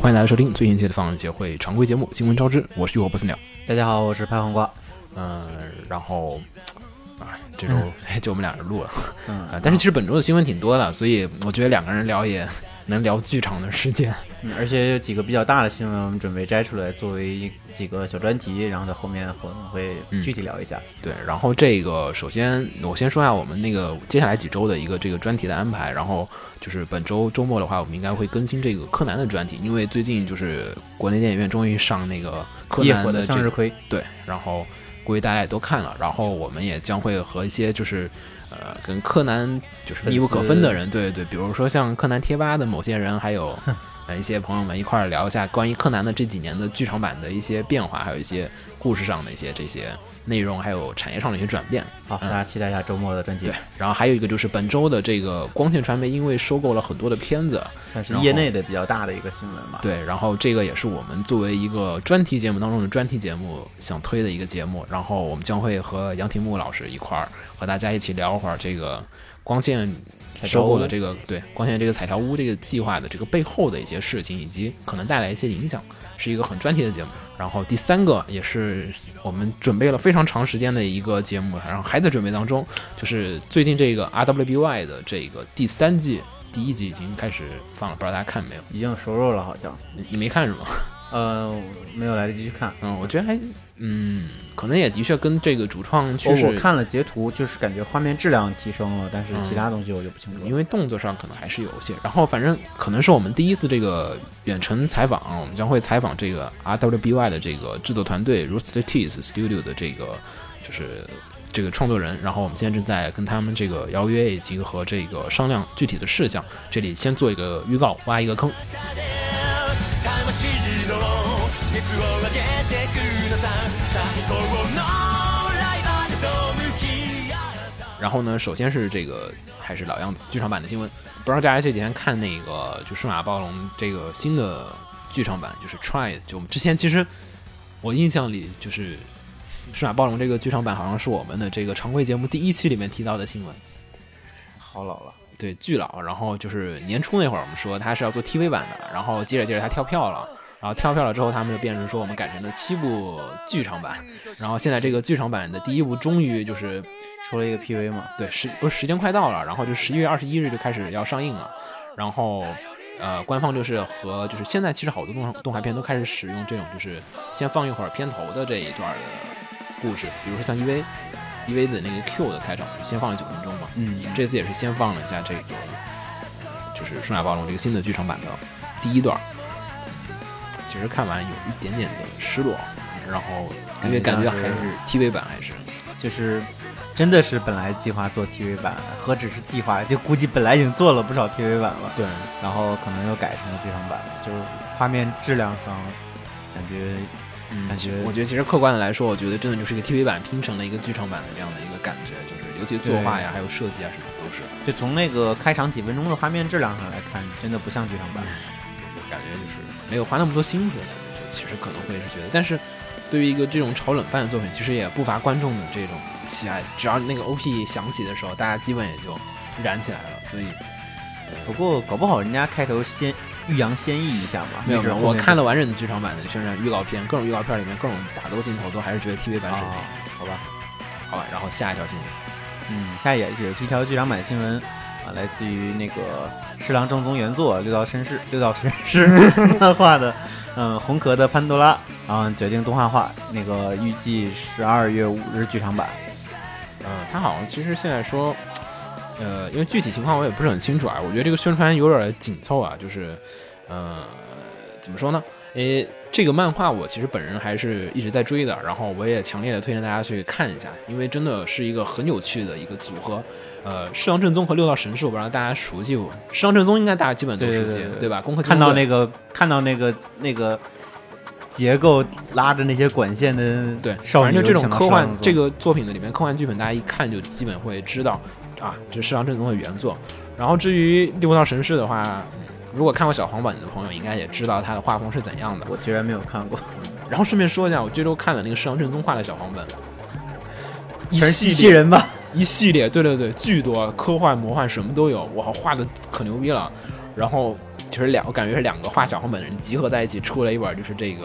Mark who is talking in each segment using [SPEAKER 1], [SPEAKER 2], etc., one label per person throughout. [SPEAKER 1] 欢迎大家收听最新一期的放映协会常规节目《新闻招之》，我是浴火不死鸟。
[SPEAKER 2] 大家好，我是拍黄瓜。
[SPEAKER 1] 嗯、然后啊，这周、 就我们俩人录了
[SPEAKER 2] 嗯
[SPEAKER 1] 啊，但是其实本周的新闻挺多的，所以我觉得两个人聊也能聊剧场的时间。
[SPEAKER 2] 嗯，而且有几个比较大的新闻，我们准备摘出来作为一几个小专题，然后在后面我们会
[SPEAKER 1] 嗯
[SPEAKER 2] 具体聊一下。
[SPEAKER 1] 对，然后这个首先我先说一下我们那个接下来几周的一个这个专题的安排，然后就是本周周末的话，我们应该会更新这个柯南的专题，因为最近就是国内电影院终于上那个柯
[SPEAKER 2] 夜
[SPEAKER 1] 南
[SPEAKER 2] 火
[SPEAKER 1] 的
[SPEAKER 2] 的
[SPEAKER 1] 这
[SPEAKER 2] 向
[SPEAKER 1] 个
[SPEAKER 2] 日葵，
[SPEAKER 1] 对，然后估计大家也都看了，然后我们也将会和一些就是呃跟柯南就是密不可分的人，对对，比如说像柯南贴吧的某些人，还有呃一些朋友们一块儿聊一下关于柯南的这几年的剧场版的一些变化，还有一些故事上的一些这些内容，还有产业上的一些转变。
[SPEAKER 2] 好，大家期待一下周末的专题
[SPEAKER 1] 嗯对。，然后还有一个就是本周的这个光线传媒，因为收购了很多的片子，
[SPEAKER 2] 算是
[SPEAKER 1] 然后
[SPEAKER 2] 业内的比较大的一个新闻吧。
[SPEAKER 1] 对，然后这个也是我们作为一个专题节目当中的专题节目想推的一个节目，然后我们将会和杨廷木老师一块儿和大家一起聊会儿这个光线收购的这个对光线这个彩条屋这个计划的这个背后的一些事情，以及可能带来一些影响，是一个很专题的节目。然后第三个也是我们准备了非常长时间的一个节目，然后还在准备当中，就是最近这个 RWBY 的这个第三季第一集已经开始放了，不知道大家看没有？
[SPEAKER 2] 已经有熟肉了，好像。
[SPEAKER 1] 你你没看是吗？
[SPEAKER 2] 呃，没有来得及去看。
[SPEAKER 1] 嗯，我觉得还，嗯，可能也的确跟这个主创
[SPEAKER 2] 哦
[SPEAKER 1] 趋势，
[SPEAKER 2] 我看了截图，就是感觉画面质量提升了，但是其他东西我就不清楚了。
[SPEAKER 1] 嗯因为动作上可能还是有一些。然后反正可能是我们第一次这个远程采访，我们将会采访这个 RWBY 的这个制作团队 Rooster Teeth Studio 的这个就是这个创作人。然后我们现在正在跟他们这个邀约以及和这个商量具体的事项。这里先做一个预告，挖一个坑。
[SPEAKER 3] 魂の熱を上げてくのさ最高のライバルと向き合った
[SPEAKER 1] 然后呢，首先是这个还是老样子，剧场版的新闻。不知道大家这几天看那个就《数码暴龙》这个新的剧场版，就是 Try，就我们之前其实我印象里就是《数码暴龙》这个剧场版好像是我们的这个常规节目第一期里面提到的新闻，
[SPEAKER 2] 好老了，
[SPEAKER 1] 对，巨老。然后就是年初那会儿我们说他是要做 TV 版的，然后接着接着他跳票了。然后跳票了之后，他们就变成说我们改成了七部剧场版，然后现在这个剧场版的第一部终于就是
[SPEAKER 2] 出了一个 PV 嘛，
[SPEAKER 1] 对，时不是时间快到了，然后就十一月二十一日就开始要上映了，然后呃，官方就是和就是现在其实好多动画动画片都开始使用这种就是先放一会儿片头的这一段的故事，比如说像 EV EV 的那个 Q 的开场，就先放了九分钟嘛，
[SPEAKER 2] 嗯
[SPEAKER 1] 这次也是先放了一下这个呃就是《数码暴龙》这个新的剧场版的第一段，其实看完有一点点的失落，然后因为感觉还是 TV 版还是。
[SPEAKER 2] 就是真的是本来计划做 TV 版，何止是计划，就估计本来已经做了不少 TV 版了。
[SPEAKER 1] 对，
[SPEAKER 2] 然后可能又改成了剧场版，就是画面质量上感觉
[SPEAKER 1] 嗯
[SPEAKER 2] 感
[SPEAKER 1] 其
[SPEAKER 2] 觉
[SPEAKER 1] 我觉得其实客观的来说，我觉得真的就是一个 TV 版拼成了一个剧场版的这样的一个感觉，就是尤其作画呀，还有设计啊什么都是，
[SPEAKER 2] 就从那个开场几分钟的画面质量上来看，真的不像剧场版。
[SPEAKER 1] 感觉就是没有花那么多心思，就其实可能会是觉得，但是对于一个这种炒冷饭的作品，其实也不乏观众的这种喜爱，只要那个 OP 响起的时候，大家基本也就燃起来了，所以嗯
[SPEAKER 2] 不过搞不好人家开头先欲扬先抑一下嘛。
[SPEAKER 1] 没有没
[SPEAKER 2] 准
[SPEAKER 1] 有，
[SPEAKER 2] 后
[SPEAKER 1] 我
[SPEAKER 2] 面
[SPEAKER 1] 看
[SPEAKER 2] 就
[SPEAKER 1] 了完整的剧场版的宣传预告片，各种预告片里面各种打斗镜头都还是觉得 TV 版水
[SPEAKER 2] 啊
[SPEAKER 1] 平，
[SPEAKER 2] 好吧。
[SPEAKER 1] 好吧，然后下一条新闻。
[SPEAKER 2] 嗯，下也也是一条剧场版新闻啊，来自于那个侍郎正宗原作六道绅士 六道绅 士漫画的，嗯，红壳的潘多拉，啊，决定动画化，那个预计十二月五日剧场版。
[SPEAKER 1] 嗯，他好像其实现在说，呃，因为具体情况我也不是很清楚啊，我觉得这个宣传有点紧凑啊，就是，呃，怎么说呢？诶，这个漫画我其实本人还是一直在追的，然后我也强烈的推荐大家去看一下，因为真的是一个很有趣的一个组合。呃，世阳正宗和六道神士，我不知道大家熟悉不？世阳正宗应该大家基本都
[SPEAKER 2] 对对
[SPEAKER 1] 熟悉，
[SPEAKER 2] 对对对
[SPEAKER 1] 吧？ 攻克
[SPEAKER 2] 看到那
[SPEAKER 1] 个
[SPEAKER 2] 个看到那个那个结构拉着那些管线的
[SPEAKER 1] 对，
[SPEAKER 2] 少
[SPEAKER 1] 反
[SPEAKER 2] 女，
[SPEAKER 1] 正就这种
[SPEAKER 2] 我就想到
[SPEAKER 1] 科
[SPEAKER 2] 少
[SPEAKER 1] 幻
[SPEAKER 2] 女座
[SPEAKER 1] 这个作品的里面科幻剧本，大家一看就基本会知道啊，这是世阳正宗的原作。然后至于《六道神士》的话，如果看过小黄本的朋友，应该也知道它的画风是怎样的。
[SPEAKER 2] 我居然没有看过，
[SPEAKER 1] 然后顺便说一下，我这周看了那个石堂正宗画的小黄本，一
[SPEAKER 2] 全是机器
[SPEAKER 1] 系列
[SPEAKER 2] 人吧？
[SPEAKER 1] 一系列，对对对，巨多，科幻、魔幻什么都有，哇，画的可牛逼了。然后就是两，我感觉是两个画小黄本的人集合在一起出了一本，就是这个。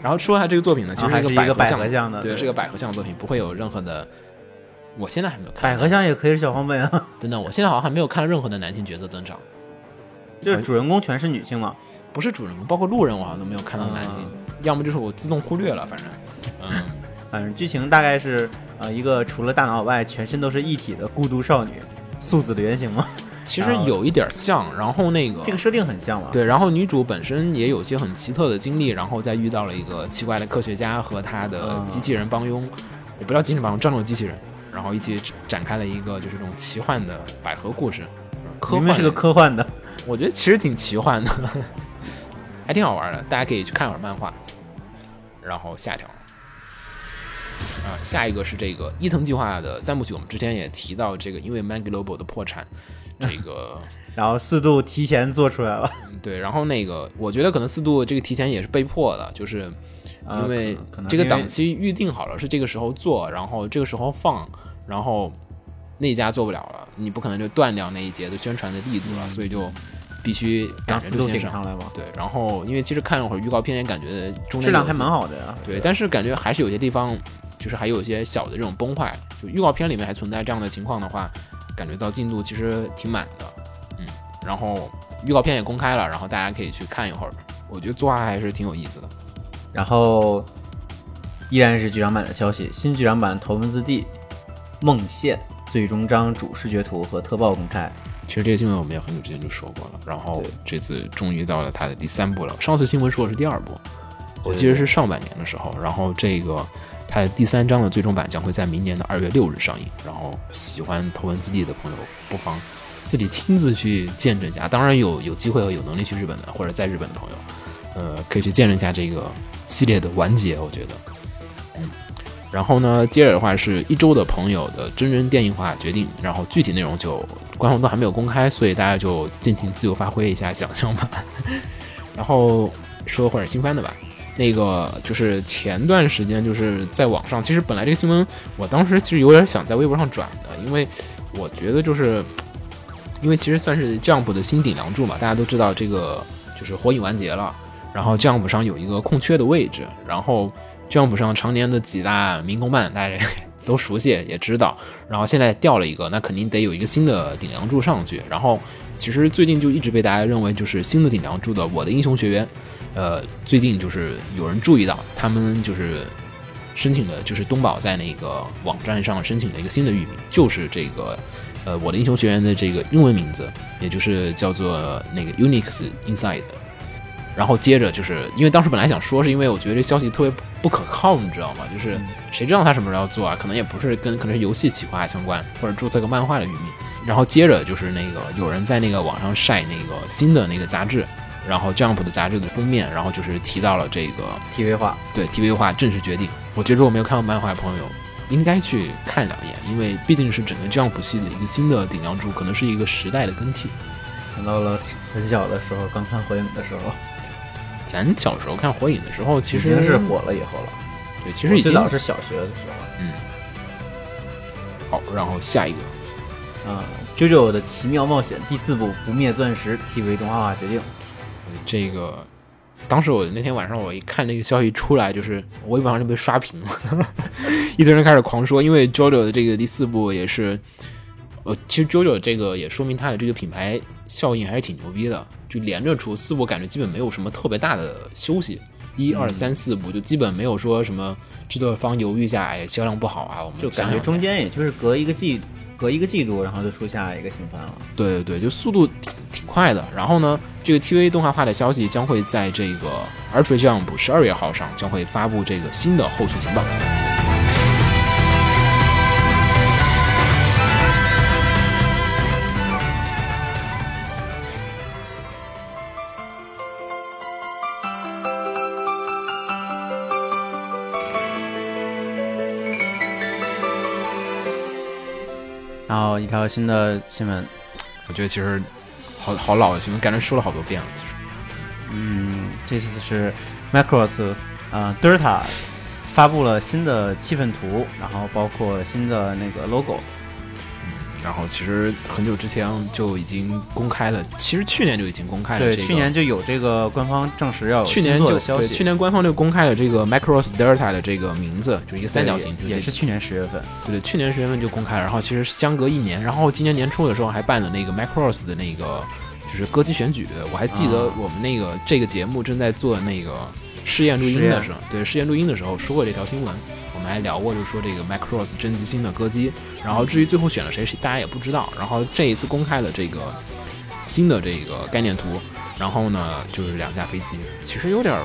[SPEAKER 1] 然后说一下这个作品呢，其
[SPEAKER 2] 啊
[SPEAKER 1] 实
[SPEAKER 2] 还是一个
[SPEAKER 1] 百合
[SPEAKER 2] 百合
[SPEAKER 1] 像
[SPEAKER 2] 像的
[SPEAKER 1] 对，
[SPEAKER 2] 对
[SPEAKER 1] 是个百合像的作品，不会有任何的。我现在还没有看
[SPEAKER 2] 百合像也可以是小黄本啊，
[SPEAKER 1] 真的，我现在好像还没有看到任何的男性角色登场，
[SPEAKER 2] 就是主人公全是女性嘛。
[SPEAKER 1] 不是主人公，包括路人，我好像都没有看到男性，
[SPEAKER 2] 啊
[SPEAKER 1] 要么就是我自动忽略了，反正， 嗯，
[SPEAKER 2] 反正剧情大概是呃一个除了大脑外全身都是一体的孤独少女，素子的原型嘛。
[SPEAKER 1] 其实有一点像，然后那个
[SPEAKER 2] 这个设定很像嘛。，
[SPEAKER 1] 对，然后女主本身也有些很奇特的经历，然后再遇到了一个奇怪的科学家和他的
[SPEAKER 2] 嗯
[SPEAKER 1] 机器人帮佣，也不叫机器人帮佣，专门机器人，然后一起展开了一个就是这种奇幻的百合故事，嗯科幻
[SPEAKER 2] 明明是个
[SPEAKER 1] 的
[SPEAKER 2] 科幻的。
[SPEAKER 1] 我觉得其实挺奇幻的， 还挺好玩的，大家可以去看会儿漫画。然后下一条，啊、下一个是这个伊藤计划的三部曲，我们之前也提到这个，因为 Man Global 的破产，这个
[SPEAKER 2] 然后四度提前做出来了，
[SPEAKER 1] 嗯对，然后那个我觉得可能四度这个提前也是被迫的，就是
[SPEAKER 2] 啊
[SPEAKER 1] 因为
[SPEAKER 2] 可能
[SPEAKER 1] 这个
[SPEAKER 2] 因为
[SPEAKER 1] 档期预定好了是这个时候做，然后这个时候放，然后那家做不了了，你不可能就断掉那一节的宣传的力度了，所以就必须赶
[SPEAKER 2] 让
[SPEAKER 1] 着
[SPEAKER 2] 嗯四
[SPEAKER 1] 就
[SPEAKER 2] 度
[SPEAKER 1] 先
[SPEAKER 2] 顶
[SPEAKER 1] 上
[SPEAKER 2] 上。来嘛，
[SPEAKER 1] 对，然后因为其实看了会儿预告片，也感觉中间
[SPEAKER 2] 质量
[SPEAKER 1] 有
[SPEAKER 2] 还
[SPEAKER 1] 些
[SPEAKER 2] 蛮。好的啊呀。
[SPEAKER 1] 对，但是感觉还是有些地方，就是还有一些小的这种崩坏。就预告片里面还存在这样的情况的话，感觉到进度其实挺满的。嗯，然后预告片也公开了，然后大家可以去看一会儿。我觉得作画还是挺有意思的。
[SPEAKER 2] 然后依然是剧场版的消息，新剧场版头文字 D 梦线最终章主视觉图和特报公开，
[SPEAKER 1] 其实这个新闻我们也很久之前就说过了，然后
[SPEAKER 2] 对
[SPEAKER 1] 这次终于到了它的第三部了。上次新闻说的是第二部，我
[SPEAKER 2] 对
[SPEAKER 1] 记得是上半年的时候，然后这个它的第三章的最终版将会在明年的二月六日上映。然后喜欢头文字 D 的朋友，不妨自己亲自去见证一下。当然有有机会和有能力去日本的，或者在日本的朋友，呃，可以去见证一下这个系列的完结。我觉得，嗯。然后呢，接着的话是一周的朋友的真人电影化决定，然后具体内容就官方都还没有公开，所以大家就尽情自由发挥一下想象吧。 然后说会儿新番的吧，那个就是前段时间就是在网上，其实本来这个新闻我当时其实有点想在微博上转的，因为我觉得就是因为其实算是 Jump 的新顶梁柱嘛，大家都知道这个就是火影完结了，然后 Jump 上有一个空缺的位置，然后 Jump 上常年的几大民工漫大家也都熟悉也知道，然后现在掉了一个，那肯定得有一个新的顶梁柱上去。然后其实最近就一直被大家认为就是新的顶梁柱的《我的英雄学院》，呃，最近就是有人注意到他们就是申请的，就是东宝在那个网站上申请的一个新的域名，就是这个呃《我的英雄学院》的这个英文名字，也就是叫做那个 Unix Inside。然后接着就是因为当时本来想说，是因为我觉得这消息特别不不可靠，你知道吗？就是谁知道他什么时候要做啊？可能也不是跟可能是游戏企划相关，或者注册个漫画的域名。然后接着就是那个有人在那个网上晒那个新的那个杂志，然后 Jump 的杂志的封面，然后就是提到了这个
[SPEAKER 2] TV 化，
[SPEAKER 1] 对 TV 化正式决定。我觉得如果没有看过漫画的朋友，应该去看两眼，因为毕竟是整个 Jump 系的一个新的顶梁柱，可能是一个时代的更替。
[SPEAKER 2] 想到了很小的时候刚看火影的时候，
[SPEAKER 1] 咱小时候看火影的时候，其
[SPEAKER 2] 已
[SPEAKER 1] 实
[SPEAKER 2] 经是火了以后了。
[SPEAKER 1] 对，其实已
[SPEAKER 2] 我
[SPEAKER 1] 经
[SPEAKER 2] 最早是小学的时候，
[SPEAKER 1] 好。然后下一个，
[SPEAKER 2] 嗯，《JoJo 的奇妙冒险》第四部《不灭钻石》TV 动画化决定，
[SPEAKER 1] 这个当时我那天晚上我一看这个消息出来，就是我一晚上就被刷屏了， 一堆人开始狂说，因为 JoJo 的这个第四部也是，呃，其实 JoJo 这个也说明它的这个品牌效应还是挺牛逼的，就连着出四部，感觉基本没有什么特别大的休息。一
[SPEAKER 2] 嗯
[SPEAKER 1] 二三四部就基本没有说什么制作方犹豫一下，哎，销量不好啊，我们
[SPEAKER 2] 就
[SPEAKER 1] 想想
[SPEAKER 2] 感觉
[SPEAKER 1] 再
[SPEAKER 2] 中间也就是隔一个季隔一个季度，然后就出下一个新番了。
[SPEAKER 1] 对对对，就速度挺挺快的。然后呢，这个 TV 动画化的消息将会在这个 Ultra Jump 十二月号上将会发布这个新的后续情报。
[SPEAKER 2] 然后一条新的新闻，
[SPEAKER 1] 我觉得其实好好老的新闻，感觉说了好多遍了。其实
[SPEAKER 2] 嗯，这次是 Macross 啊、d i r t a 发布了新的气氛图，然后包括新的那个 logo。
[SPEAKER 1] 然后其实很久之前就已经公开了，其实去年就已经公开了、这
[SPEAKER 2] 对，
[SPEAKER 1] 个。
[SPEAKER 2] 去年就有这个官方证实要有
[SPEAKER 1] 去
[SPEAKER 2] 新
[SPEAKER 1] 年
[SPEAKER 2] 作
[SPEAKER 1] 就
[SPEAKER 2] 的消
[SPEAKER 1] 对
[SPEAKER 2] 息，
[SPEAKER 1] 去年官方就公开了这个 Macross Delta 的这个名字，就一个三角形，
[SPEAKER 2] 对
[SPEAKER 1] 就
[SPEAKER 2] 也
[SPEAKER 1] 这
[SPEAKER 2] 是
[SPEAKER 1] 个
[SPEAKER 2] 去年十月份。
[SPEAKER 1] 对对，去年十月份就公开了，然后其实相隔一年，然后今年年初的时候还办了那个 Macross 的那个就是歌姬选举，我还记得
[SPEAKER 2] 啊
[SPEAKER 1] 我们那个、这个节目正在做那个试验录音的时候，对试验录音的时候说过这条新闻，我们还聊过，就说这个 Macross 征集新的歌姬，然后至于最后选了谁，大家也不知道，然后这一次公开了这个新的这个概念图，然后呢就是两架飞机，其实有点儿。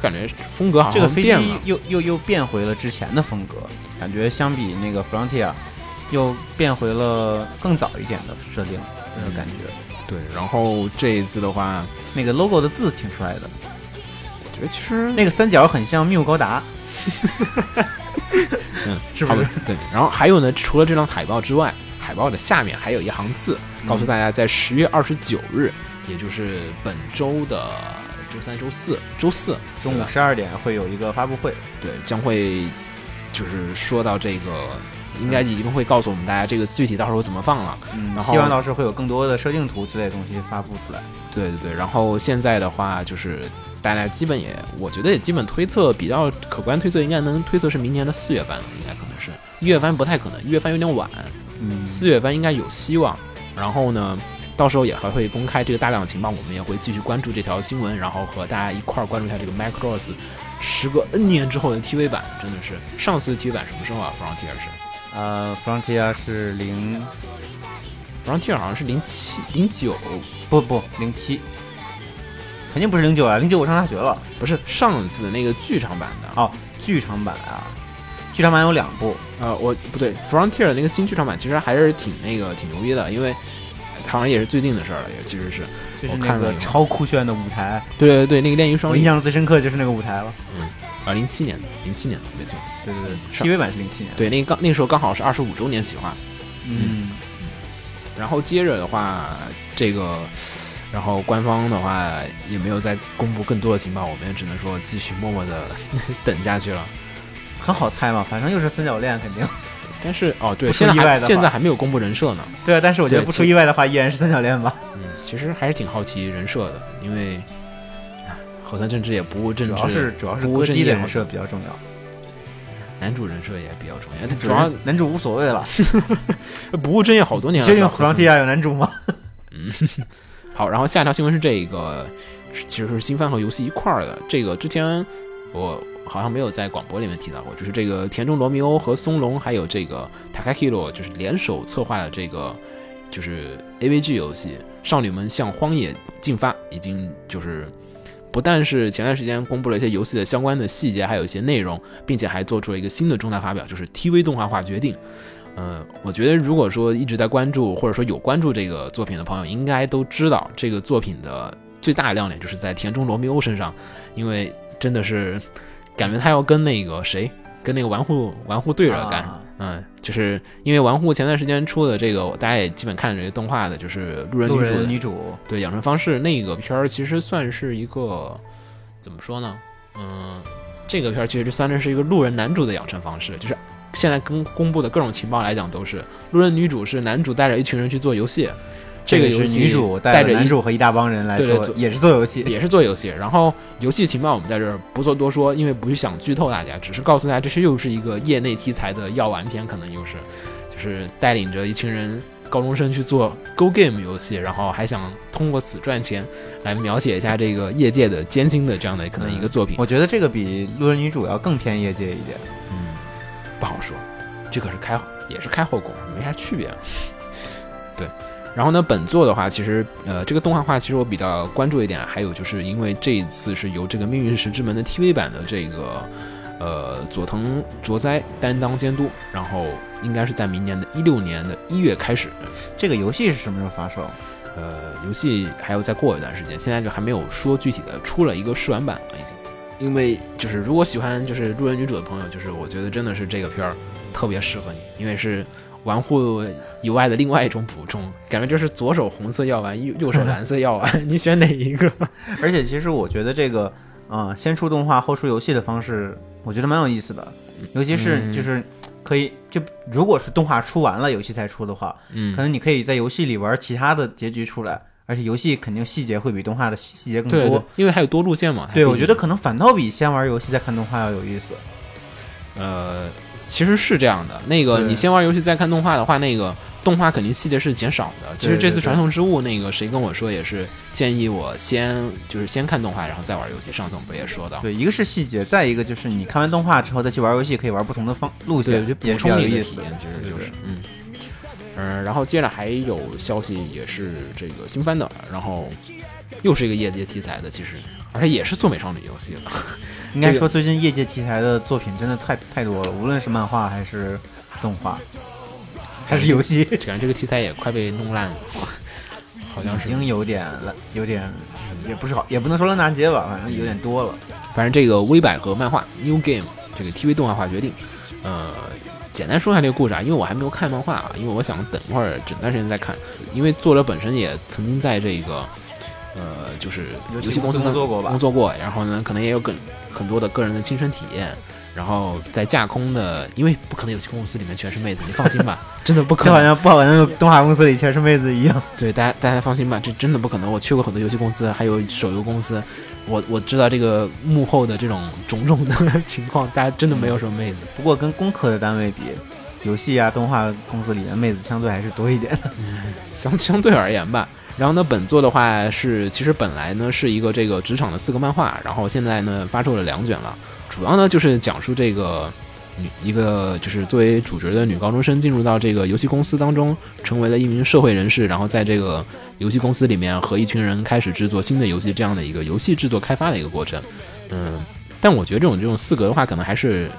[SPEAKER 1] 感觉风格好
[SPEAKER 2] 这个
[SPEAKER 1] 像
[SPEAKER 2] 飞
[SPEAKER 1] 变了，
[SPEAKER 2] 机又又又变回了之前的风格，感觉相比那个 Frontier 又变回了更早一点的设定的
[SPEAKER 1] 嗯
[SPEAKER 2] 感觉。
[SPEAKER 1] 对，然后这一次的话，
[SPEAKER 2] 那个 logo 的字挺帅的，
[SPEAKER 1] 我觉得其实
[SPEAKER 2] 那个三角很像缪高 达。
[SPEAKER 1] 嗯，
[SPEAKER 2] 是不是
[SPEAKER 1] 好吧？对，然后还有呢，除了这张海报之外，海报的下面还有一行字，告
[SPEAKER 2] 嗯
[SPEAKER 1] 诉大家在十月二十九日，也就是本周的周三、周四、周四
[SPEAKER 2] 中午
[SPEAKER 1] 对吧
[SPEAKER 2] 十二点会有一个发布会，
[SPEAKER 1] 对，将会就是说到这个，应该一定会告诉我们大家这个具体到时候怎么放了。
[SPEAKER 2] 嗯，
[SPEAKER 1] 然后
[SPEAKER 2] 希望到时候会有更多的设定图之类的东西发布出来。
[SPEAKER 1] 对对对，然后现在的话就是。大家基本也，我觉得也基本推测比较可观推测，应该能推测是明年的四月份了，应该可能是一月份不太可能，一月份有点晚，
[SPEAKER 2] 嗯
[SPEAKER 1] 四月份应该有希望。然后呢，到时候也还会公开这个大量的情报，我们也会继续关注这条新闻，然后和大家一块儿关注一下这个 Macross 时隔 N 年之后的 TV 版，真的是上次 TV 版什么时候啊？Frontier 是
[SPEAKER 2] 呃，Frontier 是零
[SPEAKER 1] Frontier 好像是零七零九，
[SPEAKER 2] 不不零七，肯定不是零九啊，零九我上大学了。
[SPEAKER 1] 不是上次那个剧场版的。
[SPEAKER 2] 哦，剧场版啊，剧场版有两部，
[SPEAKER 1] 呃，我不对，Frontier 的那个新剧场版其实还是挺那个挺牛逼的，因为好像也是最近的事儿了，也其实是
[SPEAKER 2] 就是
[SPEAKER 1] 我
[SPEAKER 2] 那
[SPEAKER 1] 看了
[SPEAKER 2] 个
[SPEAKER 1] 以后
[SPEAKER 2] 超酷炫的舞台，
[SPEAKER 1] 对对对，那个《炼狱双
[SPEAKER 2] 我印
[SPEAKER 1] 力》
[SPEAKER 2] 象最深刻就是那个舞台了。
[SPEAKER 1] 啊，零七年的，零七年的没错，
[SPEAKER 2] 对对对
[SPEAKER 1] 上
[SPEAKER 2] ，TV 版是零七年。
[SPEAKER 1] 对，那个刚那个时候刚好是二十五周年企划，
[SPEAKER 2] 嗯，
[SPEAKER 1] 然后接着的话，这个，然后官方的话也没有再公布更多的情报，我们也只能说继续默默的 等下去了。
[SPEAKER 2] 很好猜嘛，反正又是三角恋，肯定。
[SPEAKER 1] 但是哦，对，
[SPEAKER 2] 不出
[SPEAKER 1] 现在
[SPEAKER 2] 意外
[SPEAKER 1] 还
[SPEAKER 2] 的话
[SPEAKER 1] 现在还没有公布人设呢。
[SPEAKER 2] 对啊，但是我觉得
[SPEAKER 1] 对
[SPEAKER 2] 不
[SPEAKER 1] 其
[SPEAKER 2] 出意外的话，依然是三角恋吧。
[SPEAKER 1] 嗯，其实还是挺好奇人设的，因为唉河川政治也不务正
[SPEAKER 2] 嗯主
[SPEAKER 1] 治，
[SPEAKER 2] 要是主要是
[SPEAKER 1] 不务
[SPEAKER 2] 歌
[SPEAKER 1] 正
[SPEAKER 2] 姬
[SPEAKER 1] 业
[SPEAKER 2] 的
[SPEAKER 1] 好
[SPEAKER 2] 人设
[SPEAKER 1] 像
[SPEAKER 2] 比较重要，
[SPEAKER 1] 男主人设也比较重要，主
[SPEAKER 2] 主要
[SPEAKER 1] 要
[SPEAKER 2] 男主无所谓了。
[SPEAKER 1] 不务正业好多年了。
[SPEAKER 2] 确定
[SPEAKER 1] 主要河川
[SPEAKER 2] Frontier 有男主吗？
[SPEAKER 1] 好，然后下一条新闻是这个，是其实是新番和游戏一块儿的。这个之前我好像没有在广播里面提到过，就是这个田中罗密欧和松隆还有这个 Takahiro 就是联手策划的这个就是 AVG 游戏《少女们向荒野进发》，已经就是不但是前段时间公布了一些游戏的相关的细节，还有一些内容，并且还做出了一个新的重大发表，就是 TV 动画化决定。嗯，我觉得如果说一直在关注或者说有关注这个作品的朋友，应该都知道这个作品的最大的亮点就是在田中罗密欧身上，因为真的是感觉他要跟那个谁，跟那个玩户玩户对着干。
[SPEAKER 2] 啊
[SPEAKER 1] 嗯，就是因为玩户前段时间出的这个，大家也基本看这个动画的，就是路人女
[SPEAKER 2] 路
[SPEAKER 1] 主
[SPEAKER 2] 人
[SPEAKER 1] 的
[SPEAKER 2] 女主
[SPEAKER 1] 对养成方式那个片儿，其实算是一个怎么说呢？嗯，这个片儿其实算是一个路人男主的养成方式，就是现在跟公布的各种情报来讲，都是路人女主是男主带着一群人去做游戏，这个游
[SPEAKER 2] 是
[SPEAKER 1] 戏
[SPEAKER 2] 女主带
[SPEAKER 1] 带
[SPEAKER 2] 着
[SPEAKER 1] 着
[SPEAKER 2] 男
[SPEAKER 1] 一
[SPEAKER 2] 主和一大帮人来
[SPEAKER 1] 对对
[SPEAKER 2] 做，
[SPEAKER 1] 做
[SPEAKER 2] 也是做游戏。
[SPEAKER 1] 也是做游戏，然后游戏情报我们在这儿不做多说，因为不想剧透大家，只是告诉大家这是又是一个业内题材的药丸片，可能又是就是带领着一群人高中生去做 Go Game 游戏，然后还想通过此赚钱，来描写一下这个业界的艰辛的这样的可能一个作品，
[SPEAKER 2] 我觉得这个比路人女主要更偏业界一点。
[SPEAKER 1] 嗯，不好说，这可是开也是开后宫，没啥区别了。 对，然后呢，本作的话，其实呃，这个动画化其实我比较关注一点，还有就是因为这一次是由这个《命运石之门》的 TV 版的这个呃佐藤卓哉担当监督，然后应该是在明年的一六年的一月开始，
[SPEAKER 2] 这个游戏是什么时候发售？
[SPEAKER 1] 呃，游戏还要再过一段时间，现在就还没有说具体的出了一个试玩版了，已经。因为就是如果喜欢就是路人女主的朋友，就是我觉得真的是这个片儿特别适合你，因为是玩户以外的另外一种补充，感觉就是左手红色药丸，右右手蓝色药丸， 你选哪一个？
[SPEAKER 2] 而且其实我觉得这个，啊、先出动画后出游戏的方式，我觉得蛮有意思的，尤其是
[SPEAKER 1] 嗯
[SPEAKER 2] 就是可以就如果是动画出完了，游戏才出的话，
[SPEAKER 1] 嗯
[SPEAKER 2] 可，能你可以在游戏里玩其他的结局出来，而且游戏肯定细节会比动画的细细节更
[SPEAKER 1] 对，对
[SPEAKER 2] 多。
[SPEAKER 1] 因为还有多路线嘛。它
[SPEAKER 2] 对，我
[SPEAKER 1] 毕
[SPEAKER 2] 觉
[SPEAKER 1] 竟
[SPEAKER 2] 得可能反倒比先玩游戏再看动画要有意思。
[SPEAKER 1] 呃，其实是这样的。那个
[SPEAKER 2] 对
[SPEAKER 1] 你先玩游戏再看动画的话，那个动画肯定细节是减少的。其实这
[SPEAKER 2] 对
[SPEAKER 1] 次
[SPEAKER 2] 对
[SPEAKER 1] 传送之物，那个谁跟我说也是建议我先就是先看动画，然后再玩游戏。上次我们不也说到？
[SPEAKER 2] 对，一个是细节，再一个就是你看完动画之后再去玩游戏，可以玩不同的方路
[SPEAKER 1] 对，
[SPEAKER 2] 线
[SPEAKER 1] 我觉得，
[SPEAKER 2] 也
[SPEAKER 1] 补
[SPEAKER 2] 是比
[SPEAKER 1] 充
[SPEAKER 2] 较
[SPEAKER 1] 你
[SPEAKER 2] 有
[SPEAKER 1] 的
[SPEAKER 2] 意
[SPEAKER 1] 体
[SPEAKER 2] 思的
[SPEAKER 1] 验，。其实
[SPEAKER 2] 对
[SPEAKER 1] 就
[SPEAKER 2] 对
[SPEAKER 1] 是嗯。嗯，然后接着还有消息也是这个新番的，然后又是一个业界题材的，其实而且也是做美少女游戏的。
[SPEAKER 2] 应该
[SPEAKER 1] 这个
[SPEAKER 2] 说最近业界题材的作品真的太太多了，无论是漫画还是动画，还是游戏，
[SPEAKER 1] 感觉这个题材也快被弄烂了，好像
[SPEAKER 2] 已
[SPEAKER 1] 是。
[SPEAKER 2] 经有点烂，有点也不是好，也不能说烂大街吧，反正有点多了。
[SPEAKER 1] 反正这个微百合漫画 New Game 这个 TV 动画化决定，呃，简单说一下这个故事啊，因为我还没有看漫画啊，因为我想等一会儿整段时间再看，因为作者本身也曾经在这个呃就是
[SPEAKER 2] 游戏
[SPEAKER 1] 游戏公司
[SPEAKER 2] 公司
[SPEAKER 1] 呢
[SPEAKER 2] 工作过吧
[SPEAKER 1] 工作过，然后呢可能也有更很多的个人的亲身体验。然后在架空的，因为不可能游戏公司里面全是妹子，你放心吧， 真的不可
[SPEAKER 2] 这
[SPEAKER 1] 能
[SPEAKER 2] 好。像不好像动画公司里全是妹子一样。
[SPEAKER 1] 对，大家大家放心吧，这真的不可能。我去过很多游戏公司，还有手游公司，我我知道这个幕后的这种种种的 情况，大家真的没有什么妹子。
[SPEAKER 2] 不过跟工科的单位比，游戏啊、动画公司里的妹子相对还是多一点的。
[SPEAKER 1] 相相对而言吧。然后呢，本作的话是，其实本来呢是一个这个职场的四个漫画，然后现在呢发售了两卷了。主要呢就是讲述这个女一个就是作为主角的女高中生进入到这个游戏公司当中，成为了一名社会人士，然后在这个游戏公司里面和一群人开始制作新的游戏这样的一个游戏制作开发的一个过程。嗯，但我觉得这种这种四格的话，可能还是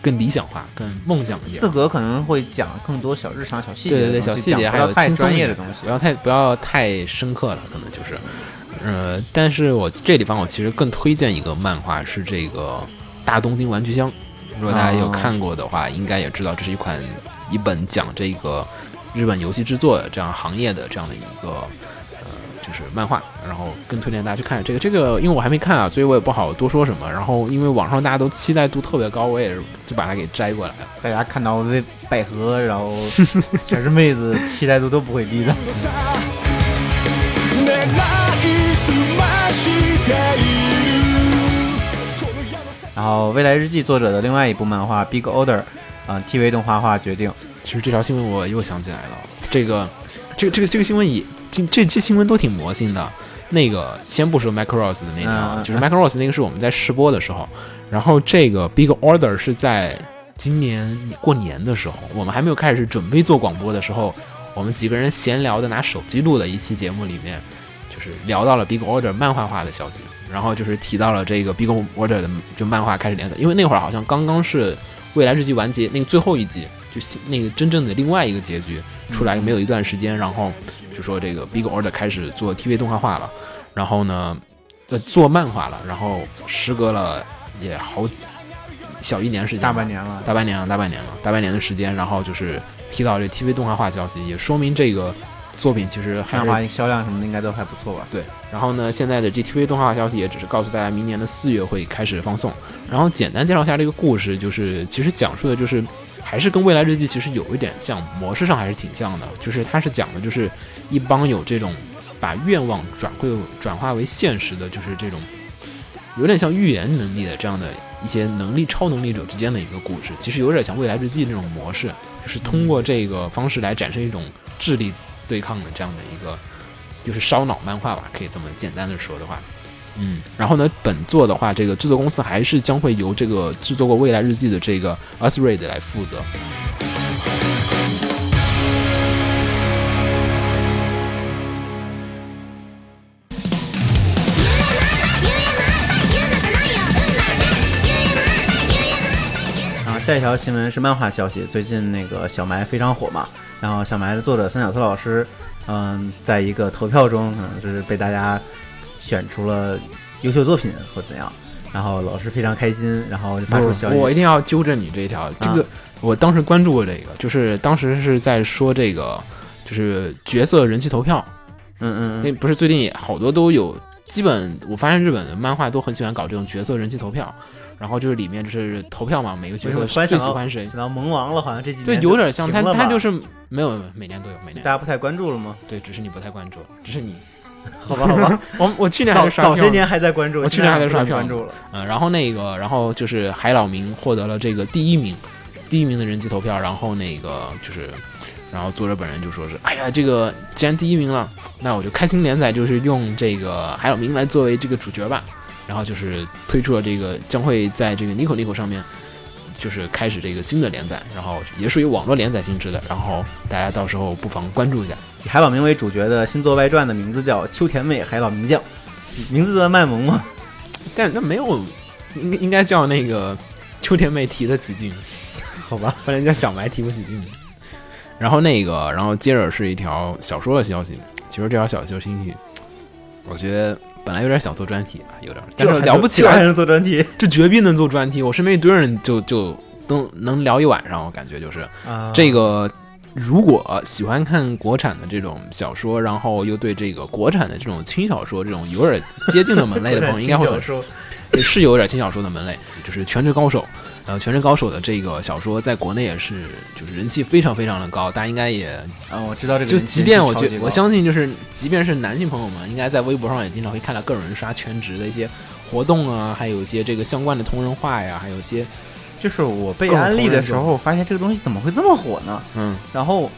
[SPEAKER 1] 更理想化、更梦想一点
[SPEAKER 2] 四。格可能会讲更多小日常、小细节
[SPEAKER 1] 对
[SPEAKER 2] 的
[SPEAKER 1] 对对，
[SPEAKER 2] 东西
[SPEAKER 1] 小细节
[SPEAKER 2] 讲不
[SPEAKER 1] 还
[SPEAKER 2] 到
[SPEAKER 1] 有
[SPEAKER 2] 太
[SPEAKER 1] 轻松
[SPEAKER 2] 专
[SPEAKER 1] 一
[SPEAKER 2] 业
[SPEAKER 1] 点
[SPEAKER 2] 的东西
[SPEAKER 1] 不。要太不要太深刻了，可能就是，呃，但是我这地方我其实更推荐一个漫画是这个《大东京玩具箱》，如果大家有
[SPEAKER 2] 哦
[SPEAKER 1] 看过的话，应该也知道这是一款一本讲这个日本游戏制作这样行业的这样的一个。呃，就是漫画，然后更推荐大家去看这个。这个因为我还没看啊，所以我也不好多说什么。然后因为网上大家都期待度特别高，我也是就把它给摘过来了。
[SPEAKER 2] 大家看到为百合，然后 全是妹子，期待度都不会低的。
[SPEAKER 3] 願いすましているこの山さ
[SPEAKER 2] 然后《未来日记》作者的另外一部漫画《Big Order》，啊、TV 动画化决定，
[SPEAKER 1] 其实这条新闻我又想起来了，这个，这个，这个，这个新闻也，这这期新闻都挺魔性的。那个先不说 Macross 的那条，啊
[SPEAKER 2] 嗯嗯
[SPEAKER 1] 就是 Macross 那个是我们在试播的时候，然后这个 Big Order 是在今年过年的时候，我们还没有开始准备做广播的时候，我们几个人闲聊的拿手机录的一期节目里面，就是聊到了 Big Order 漫画化的消息，然后就是提到了这个 Big Order 的就漫画开始连载，因为那会儿好像刚刚是未来日记完结那个最后一集，就新那个真正的另外一个结局出来没有一段时间，然后就说这个 Big Order 开始做 TV 动画化了，然后呢，呃，做漫画了，然后时隔了也好几小一年时间，
[SPEAKER 2] 大半。年了。
[SPEAKER 1] 大半年了，大半年了，大半年的时间，然后就是提到这 TV 动画化消息，也说明这个作品其实还
[SPEAKER 2] 漫
[SPEAKER 1] 是
[SPEAKER 2] 画销量什么的应该都还不错吧？
[SPEAKER 1] 对，然后呢，现在的 GTV 动画化消息也只是告诉大家，明年的四月会开始放送。然后简单介绍一下这个故事，就是其实讲述的就是还是跟《未来日记》其实有一点像，模式上还是挺像的。就是它是讲的就是一帮有这种把愿望转会转化为现实的，就是这种有点像预言能力的这样的一些能力超能力者之间的一个故事，其实有点像《未来日记》那种模式，就是通过这个方式来展示一种智力对抗的这样的一个，就是烧脑漫画吧，可以这么简单的说的话。嗯，然后呢，本作的话，这个制作公司还是将会由这个制作过《未来日记》的这个 a s r a d 来负责。
[SPEAKER 2] 然后下一条新闻是漫画消息，最近那个小埋非常火嘛，然后小埋的作者三角托老师，嗯，在一个投票中可能是被大家选出了优秀作品或怎样，然后老师非常开心，然后就发出消息，嗯啊
[SPEAKER 1] 我一定要纠正你这一条，这个我当时关注过这个，就是当时是在说这个，就是角色人气投票，
[SPEAKER 2] 嗯嗯
[SPEAKER 1] 那
[SPEAKER 2] 嗯，
[SPEAKER 1] 不是最近也好多都有，基本我发现日本的漫画都很喜欢搞这种角色人气投票，然后就是里面就是投票嘛，每个角
[SPEAKER 2] 为
[SPEAKER 1] 色
[SPEAKER 2] 什么突然
[SPEAKER 1] 最
[SPEAKER 2] 想
[SPEAKER 1] 喜
[SPEAKER 2] 到
[SPEAKER 1] 欢谁，
[SPEAKER 2] 想到萌王了，好像这几
[SPEAKER 1] 对，
[SPEAKER 2] 年
[SPEAKER 1] 有点像，
[SPEAKER 2] 停
[SPEAKER 1] 他
[SPEAKER 2] 了
[SPEAKER 1] 他
[SPEAKER 2] 吧
[SPEAKER 1] 就是没有每年都有，每年
[SPEAKER 2] 大家不太关注 了吗？
[SPEAKER 1] 对，只是你不太关注，只是你
[SPEAKER 2] 好吧好 吧，
[SPEAKER 1] 我我去年还
[SPEAKER 2] 早
[SPEAKER 1] 是刷票
[SPEAKER 2] 早
[SPEAKER 1] 呢
[SPEAKER 2] 些年还在关注，
[SPEAKER 1] 我去年还在刷
[SPEAKER 2] 现
[SPEAKER 1] 票
[SPEAKER 2] 不太关注了。
[SPEAKER 1] 嗯，然后那个，然后就是海老名获得了这个第一名，第一名的人气投票。然后那个就是，然后作者本人就说是，哎呀，这个既然第一名了，那我就开心连载，就是用这个海老名来作为这个主角吧。然后就是推出了这个，将会在这个 Nico Nico 上面，就是开始这个新的连载，然后也属于网络连载性质的。然后大家到时候不妨关注一下。
[SPEAKER 2] 以海老名为主角的新作外传的名字叫《秋田美海老名将》，名字的卖萌吗？
[SPEAKER 1] 但是那没有，应应该叫那个秋田妹提得起劲。
[SPEAKER 2] 好吧，
[SPEAKER 1] 不然叫小埋提不起劲。然后那个，然后接着是一条小说的消息。其实这条小消息，我觉得本来有点想做专题啊，有点， 但是
[SPEAKER 2] 还
[SPEAKER 1] 聊不起
[SPEAKER 2] 这还
[SPEAKER 1] 来，
[SPEAKER 2] 能做专题
[SPEAKER 1] 这绝逼能做专题。我身边一堆人就就能能聊一晚上，我感觉就是
[SPEAKER 2] 啊
[SPEAKER 1] 这个。如果喜欢看国产的这种小说，然后又对这个国产的这种轻小说这种有点接近的门类的 朋友，应该会很
[SPEAKER 2] 说
[SPEAKER 1] 也是有点轻小说的门类，就是《全职高手》。呃，《全职高手》的这个小说在国内也是，就是人气非常非常的高，大家应该也
[SPEAKER 2] 啊，我知道这个
[SPEAKER 1] 就，
[SPEAKER 2] 人气
[SPEAKER 1] 即便我
[SPEAKER 2] 超级
[SPEAKER 1] 觉
[SPEAKER 2] 高
[SPEAKER 1] 我相信就是，即便是男性朋友们，应该在微博上也经常会看到各种人刷全职的一些活动啊，还有一些这个相关的同人画呀，还有一些
[SPEAKER 2] 就是我被
[SPEAKER 1] 各种
[SPEAKER 2] 安利
[SPEAKER 1] 同
[SPEAKER 2] 的
[SPEAKER 1] 人
[SPEAKER 2] 时
[SPEAKER 1] 作
[SPEAKER 2] 候，发现这个东西怎么会这么火呢？
[SPEAKER 1] 嗯
[SPEAKER 2] 然后，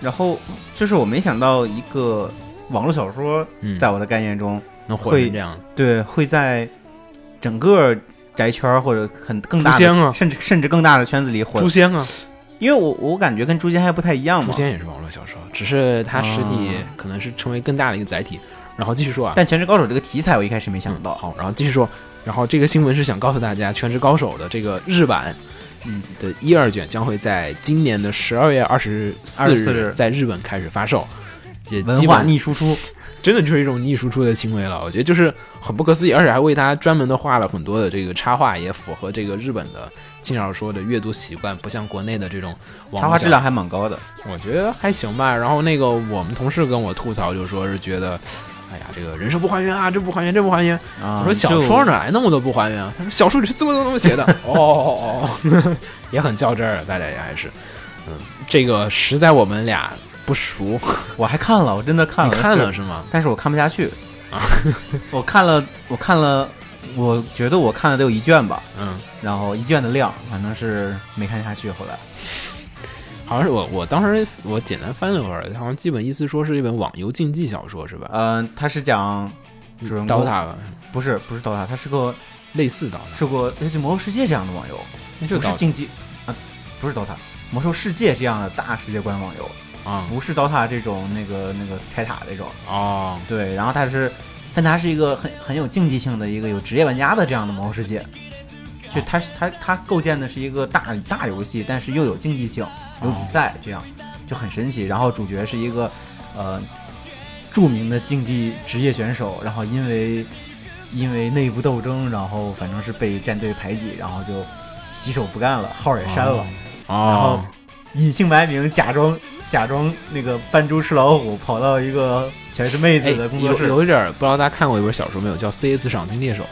[SPEAKER 2] 然后就是我没想到一个网络小说，
[SPEAKER 1] 嗯
[SPEAKER 2] 在我的概念中，
[SPEAKER 1] 能火
[SPEAKER 2] 会
[SPEAKER 1] 成这样，
[SPEAKER 2] 对会在整个宅圈儿或者很更大
[SPEAKER 1] 诛仙
[SPEAKER 2] 的，
[SPEAKER 1] 啊
[SPEAKER 2] 甚至甚至更大的圈子里火
[SPEAKER 1] 诛，仙啊，
[SPEAKER 2] 因为我我感觉跟诛仙还不太一样
[SPEAKER 1] 诛
[SPEAKER 2] 嘛。
[SPEAKER 1] 仙也是网络小说，只是它实体
[SPEAKER 2] 啊
[SPEAKER 1] 可能是成为更大的一个载体。然后继续说啊，
[SPEAKER 2] 但《全职高手》这个题材，我一开始没想
[SPEAKER 1] 嗯
[SPEAKER 2] 到。
[SPEAKER 1] 好，然后继续说，然后这个新闻是想告诉大家，《全职高手》的这个日版，
[SPEAKER 2] 嗯
[SPEAKER 1] 的一二卷将会在今年的十二月二十四
[SPEAKER 2] 24日
[SPEAKER 1] 在日本开始发售，也
[SPEAKER 2] 文
[SPEAKER 1] 嗯基
[SPEAKER 2] 化
[SPEAKER 1] 本
[SPEAKER 2] 逆输出，
[SPEAKER 1] 真的就是一种逆输出的行为了。我觉得就是很不可思议，而且还为他专门的画了很多的这个插画，也符合这个日本的轻小说的阅读习惯，不像国内的这种网
[SPEAKER 2] 插
[SPEAKER 1] 络
[SPEAKER 2] 画
[SPEAKER 1] 小
[SPEAKER 2] 质量还蛮高的。
[SPEAKER 1] 我觉得还行吧。然后那个我们同事跟我吐槽，就说是觉得，哎呀，这个人设不还原啊，这不还原，这不还原。
[SPEAKER 2] 啊
[SPEAKER 1] 我说小
[SPEAKER 2] 就
[SPEAKER 1] 说哪来那么多不还原啊？他说小说里是这么多这么 写的。哦哦哦哦，也很较真儿，啊大家也还是，嗯，这个实在我们俩不熟。
[SPEAKER 2] 我还看了，我真的看
[SPEAKER 1] 你
[SPEAKER 2] 了，
[SPEAKER 1] 看
[SPEAKER 2] 是
[SPEAKER 1] 了是吗？
[SPEAKER 2] 但是我看不下去
[SPEAKER 1] 啊！
[SPEAKER 2] 我看了，我看了，我觉得我看了得有一卷吧，
[SPEAKER 1] 嗯，
[SPEAKER 2] 然后一卷的量，反正是没看下去。后来
[SPEAKER 1] 好像是我我当时我简单翻了会儿，好像基本意思说是一本网游竞技小说是吧？
[SPEAKER 2] 嗯、呃，他是讲主人
[SPEAKER 1] 刀
[SPEAKER 2] 公，
[SPEAKER 1] 塔吧，
[SPEAKER 2] 不是不是刀塔，他是个
[SPEAKER 1] 类似刀塔，
[SPEAKER 2] 是个类似于魔兽世界这样的网游，
[SPEAKER 1] 那就
[SPEAKER 2] 不是
[SPEAKER 1] 刀
[SPEAKER 2] 竞技啊，不是刀塔，魔兽世界这样的大世界观网游，
[SPEAKER 1] 塔啊
[SPEAKER 2] 不是刀塔这种那个那个拆塔那种。
[SPEAKER 1] 哦，
[SPEAKER 2] 对，然后它是，但它是一个很很有竞技性的一个有职业玩家的这样的魔兽世界，就它是它它构建的是一个大大游戏，但是又有竞技性，有
[SPEAKER 1] 哦
[SPEAKER 2] 比赛，这样就很神奇。然后主角是一个呃著名的竞技职业选手，然后因为因为内部斗争，然后反正是被战队排挤，然后就洗手不干了，号儿也删了，然后
[SPEAKER 1] 哦，
[SPEAKER 2] 隐姓埋名，假装假装那个扮猪吃老虎，跑到一个全是妹
[SPEAKER 1] 哎，
[SPEAKER 2] 子的工作
[SPEAKER 1] 有
[SPEAKER 2] 室，
[SPEAKER 1] 有一点儿不知道大家看过一本小说没有，叫《C.S. 赏金猎手》。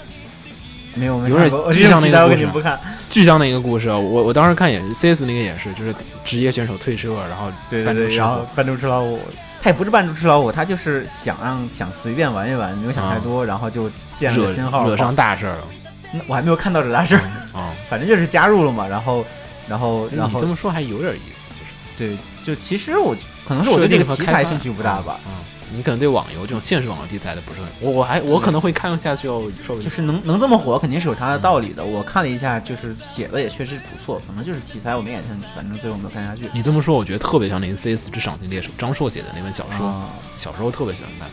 [SPEAKER 2] 没有没
[SPEAKER 1] 有
[SPEAKER 2] 看
[SPEAKER 1] 点
[SPEAKER 2] 过，我
[SPEAKER 1] 就
[SPEAKER 2] 这种
[SPEAKER 1] 像那
[SPEAKER 2] 题
[SPEAKER 1] 个
[SPEAKER 2] 材我
[SPEAKER 1] 故
[SPEAKER 2] 肯
[SPEAKER 1] 事
[SPEAKER 2] 定不看。
[SPEAKER 1] 巨像那个故事，我啊我当时看也是，CS 那个也是，就是职业选手退车，然后
[SPEAKER 2] 对对
[SPEAKER 1] 扮成
[SPEAKER 2] 对，
[SPEAKER 1] 师
[SPEAKER 2] 然
[SPEAKER 1] 傅
[SPEAKER 2] 后扮猪吃老虎，他也不是扮猪吃老虎，他就是想让想随便玩一玩，没有想太多，然后就建
[SPEAKER 1] 啊
[SPEAKER 2] 了
[SPEAKER 1] 惹
[SPEAKER 2] 个新号。
[SPEAKER 1] 惹上大事 儿了
[SPEAKER 2] 那我还没有看到这大事儿，
[SPEAKER 1] 啊！
[SPEAKER 2] 反正就是加入了嘛，然后然后然
[SPEAKER 1] 哎你
[SPEAKER 2] 后
[SPEAKER 1] 这么说还有点意思，其实
[SPEAKER 2] 对，就其实我可能是我对这个题材兴趣不大吧。
[SPEAKER 1] 嗯，你可能对网游这种现实网游题材的不是很，我我还我可能会看下去哦，说不定
[SPEAKER 2] 就是能能这么火，肯定是有它的道理的。我看了一下，就是写的也确实不错，可能就是题材我没感兴趣，反正最后没有看下去。
[SPEAKER 1] 你这么说，我觉得特别像那个《C.S. 之赏金猎手》张硕写的那本小说，
[SPEAKER 2] 啊
[SPEAKER 1] 小时候特别喜欢看。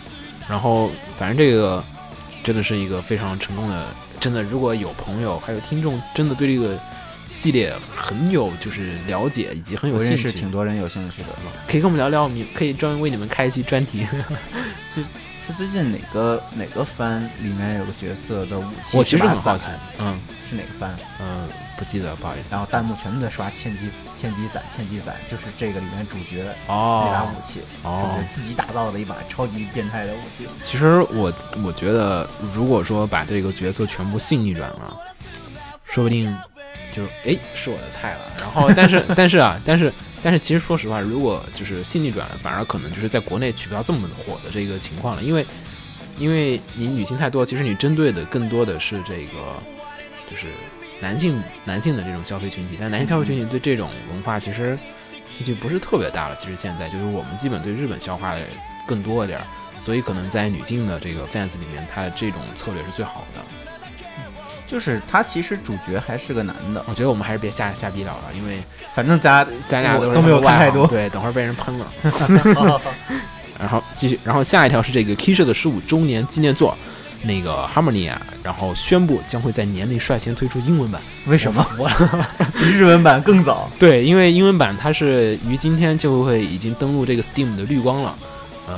[SPEAKER 1] 然后，反正这个真的是一个非常成功的，真的如果有朋友还有听众真的对这个系列很有就是了解以及很有
[SPEAKER 2] 我
[SPEAKER 1] 兴
[SPEAKER 2] 认识
[SPEAKER 1] 趣
[SPEAKER 2] 挺，多人有兴趣的。
[SPEAKER 1] 可以跟我们聊聊，你可以专门为你们开一期专题。
[SPEAKER 2] 是最近哪个哪个番里面有个角色的武器
[SPEAKER 1] 我其实
[SPEAKER 2] 是把
[SPEAKER 1] 很好
[SPEAKER 2] 伞
[SPEAKER 1] 奇，嗯，
[SPEAKER 2] 是是哪个番，
[SPEAKER 1] 嗯，不记得，不好意思
[SPEAKER 2] 然。后弹幕全都在刷千机千机伞千机伞，就是这个里面主角那把
[SPEAKER 1] 哦
[SPEAKER 2] 武，器，
[SPEAKER 1] 哦
[SPEAKER 2] 就是自己打造的一把超级变态的武器。
[SPEAKER 1] 其实我我觉得，如果说把这个角色全部性逆转了，说不定就哎是我的菜了。然后，但是但是啊，但是但是，其实说实话，如果就是性逆转了，反而可能就是在国内取不到这么火的这个情况了，因为因为你女性太多，其实你针对的更多的是这个就是男性男性的这种消费群体，但男性消费群体对这种文化其实兴趣不是特别大了。其实现在就是我们基本对日本消化的更多一点儿。所以可能在女性的这个 fans 里面，她这种策略是最好的。
[SPEAKER 2] 就是他其实主角还是个男的，
[SPEAKER 1] 我觉得我们还是别下下逼聊了，因为
[SPEAKER 2] 反正咱
[SPEAKER 1] 咱俩
[SPEAKER 2] 我
[SPEAKER 1] 是
[SPEAKER 2] 都没有
[SPEAKER 1] 外
[SPEAKER 2] 看太
[SPEAKER 1] 行
[SPEAKER 2] 多。
[SPEAKER 1] 对，等会儿被人喷了。 然后继续，然后下一条是这个 Kisha 的十五周年纪念作，那个 Harmony 啊，然后宣布将会在年内率先推出英文版。
[SPEAKER 2] 为什么？比日文版更早。
[SPEAKER 1] 对，因为英文版它是于今天就会已经登录这个 Steam 的绿光了。呃，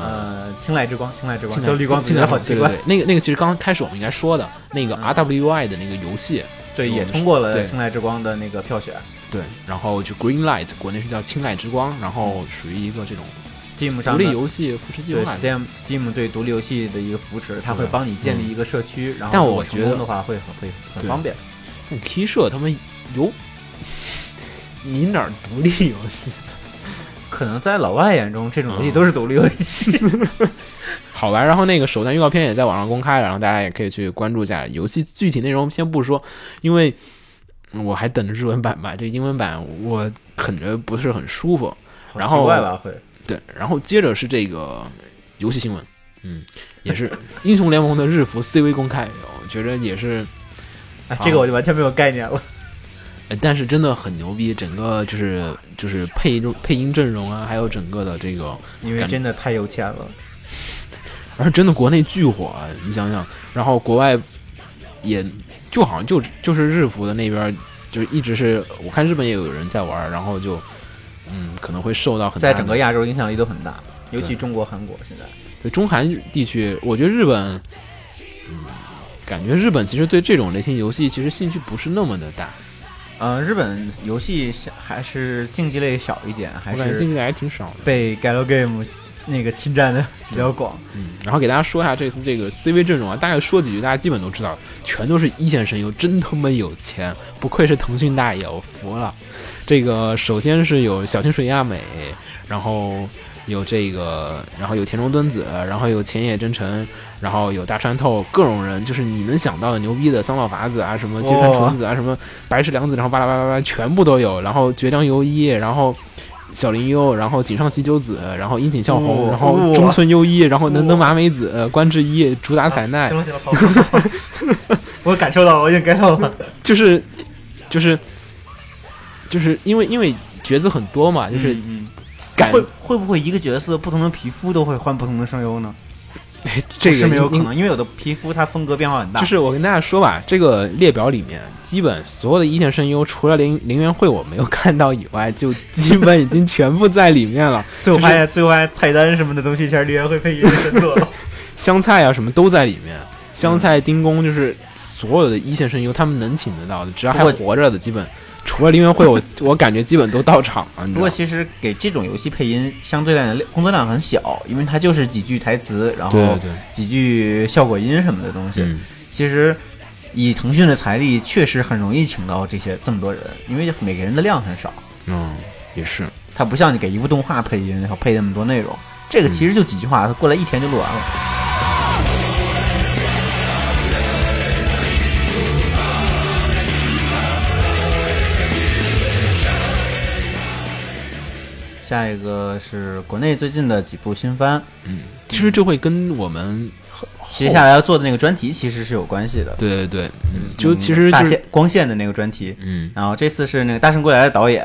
[SPEAKER 2] 呃，青睐之光，青睐之光，
[SPEAKER 1] 青
[SPEAKER 2] 叫绿光，
[SPEAKER 1] 青
[SPEAKER 2] 觉得好奇怪
[SPEAKER 1] 对。对对，那个那个其实刚开始我们应该说的那个
[SPEAKER 2] 嗯
[SPEAKER 1] RWI 的那个游戏，
[SPEAKER 2] 对，
[SPEAKER 1] 是我
[SPEAKER 2] 也
[SPEAKER 1] 们
[SPEAKER 2] 通过了
[SPEAKER 1] 对
[SPEAKER 2] 青睐之光的那个票选
[SPEAKER 1] 对，然后就 Green Light，国内是叫青睐之光，然后属于一个这种
[SPEAKER 2] ，Steam
[SPEAKER 1] 独
[SPEAKER 2] 上
[SPEAKER 1] 立
[SPEAKER 2] 的。
[SPEAKER 1] 游戏扶持计
[SPEAKER 2] 对
[SPEAKER 1] 划。
[SPEAKER 2] Steam Steam 对独立游戏的一个扶持，它会
[SPEAKER 1] 对嗯
[SPEAKER 2] 帮你建立一个社区，然后
[SPEAKER 1] 但
[SPEAKER 2] 如
[SPEAKER 1] 我
[SPEAKER 2] 果成
[SPEAKER 1] 觉得
[SPEAKER 2] 功的话会很会很
[SPEAKER 1] 对
[SPEAKER 2] 方便。
[SPEAKER 1] 但 K 社他们有， 你哪儿独立游戏？
[SPEAKER 2] 可能在老外眼中，这种游戏
[SPEAKER 1] 嗯
[SPEAKER 2] 都是独立游戏。
[SPEAKER 1] 好吧，然后那个首弹预告片也在网上公开了，然后大家也可以去关注一下。游戏具体内容先不说，因为我还等着日文版吧，这英文版我感觉不是很舒服。然后
[SPEAKER 2] 奇怪吧，会
[SPEAKER 1] 对，然后接着是这个游戏新闻，嗯，也 是英雄联盟的日服 CV 公开，我觉得也是。
[SPEAKER 2] 哎，这个我就完全没有概念了。
[SPEAKER 1] 呃但是真的很牛逼，整个就是就是配入配音阵容啊，还有整个的这个，
[SPEAKER 2] 因为
[SPEAKER 1] 感
[SPEAKER 2] 真的太有钱了，
[SPEAKER 1] 而真的国内巨火啊，你想想，然后国外也就好像就就是日服的那边儿，就一直是我看日本也有人在玩儿，然后就嗯可能会受到很大
[SPEAKER 2] 在
[SPEAKER 1] 的
[SPEAKER 2] 整个亚洲影响力都很大，尤其
[SPEAKER 1] 对
[SPEAKER 2] 中国、韩国现在。
[SPEAKER 1] 对中韩地区，我觉得日本，嗯，感觉日本其实对这种类型游戏其实兴趣不是那么的大，
[SPEAKER 2] 嗯、日本游戏是还是竞技类少一点，还
[SPEAKER 1] 我感觉
[SPEAKER 2] 是
[SPEAKER 1] 进去还挺少的。
[SPEAKER 2] 被 Gal Game 那个侵占的比较广。
[SPEAKER 1] 嗯，然后给大家说一下这次这个 CV 阵容啊，大概说几句，大家基本都知道，全都是一线神游，真他妈有钱，不愧是腾讯大爷，我服了。这个首先是有小清水亚美，然后有这个，然后有田中敦子，然后有前野真诚，然后有大川透，各种人，就是你能想到的牛逼的桑岛法子啊，什么金川纯子啊，什么白石凉子，然后巴拉巴拉巴拉，全部都有。然后绝江游一，然后。小林优，然后井上希久子，然后樱井孝宏，
[SPEAKER 2] 哇
[SPEAKER 1] 然后中村优一，然后能能麻美子、呃关智一、竹达彩奈
[SPEAKER 2] 啊行，了行了，好，好好 我感受到了，我已经 get 到了。
[SPEAKER 1] 就是就是就是因为因为角色很多嘛，就是
[SPEAKER 2] 嗯
[SPEAKER 1] 感、
[SPEAKER 2] 会会不会一个角色不同的皮肤都会换不同的声优呢？
[SPEAKER 1] 哎这个
[SPEAKER 2] 是没有可
[SPEAKER 1] 应
[SPEAKER 2] 能，因为有的皮肤它风格变化很大。
[SPEAKER 1] 就是我跟大家说吧，这个列表里面，基本所有的一线声优，除了林林元惠我没有看到以外，就基本已经全部在里面了。
[SPEAKER 2] 最后
[SPEAKER 1] 就是
[SPEAKER 2] 发现最后发现菜单什么的东西，全是李元会配音的 做的。
[SPEAKER 1] 香菜啊什么都在里面，香
[SPEAKER 2] 嗯
[SPEAKER 1] 菜、丁工就是所有的一线声优，他们能请得到的，只要还
[SPEAKER 2] 不过
[SPEAKER 1] 活着的，基本除了林元惠，我我感觉基本都到场了。你知道
[SPEAKER 2] 不过
[SPEAKER 1] 吗？
[SPEAKER 2] 其实给这种游戏配音相对来讲工作量很小，因为它就是几句台词，然后
[SPEAKER 1] 对对，
[SPEAKER 2] 几句效果音什么的东西。
[SPEAKER 1] 嗯，
[SPEAKER 2] 其实以腾讯的财力，确实很容易请到这些这么多人，因为每个人的量很少，
[SPEAKER 1] 嗯，也是。
[SPEAKER 2] 它不像你给一部动画配音，然后配那么多内容。这
[SPEAKER 1] 嗯
[SPEAKER 2] 个其实就几句话，它过来一天就录完了。下一个是国内最近的几部新番，
[SPEAKER 1] 哦其实这会跟我们
[SPEAKER 2] 接下来要做的那个专题其实是有关系的。
[SPEAKER 1] 对对对，嗯，就其
[SPEAKER 2] 嗯
[SPEAKER 1] 实
[SPEAKER 2] 大
[SPEAKER 1] 就是
[SPEAKER 2] 线光线的那个专题，
[SPEAKER 1] 嗯
[SPEAKER 2] 然后这次是那个《大圣归来》的导演，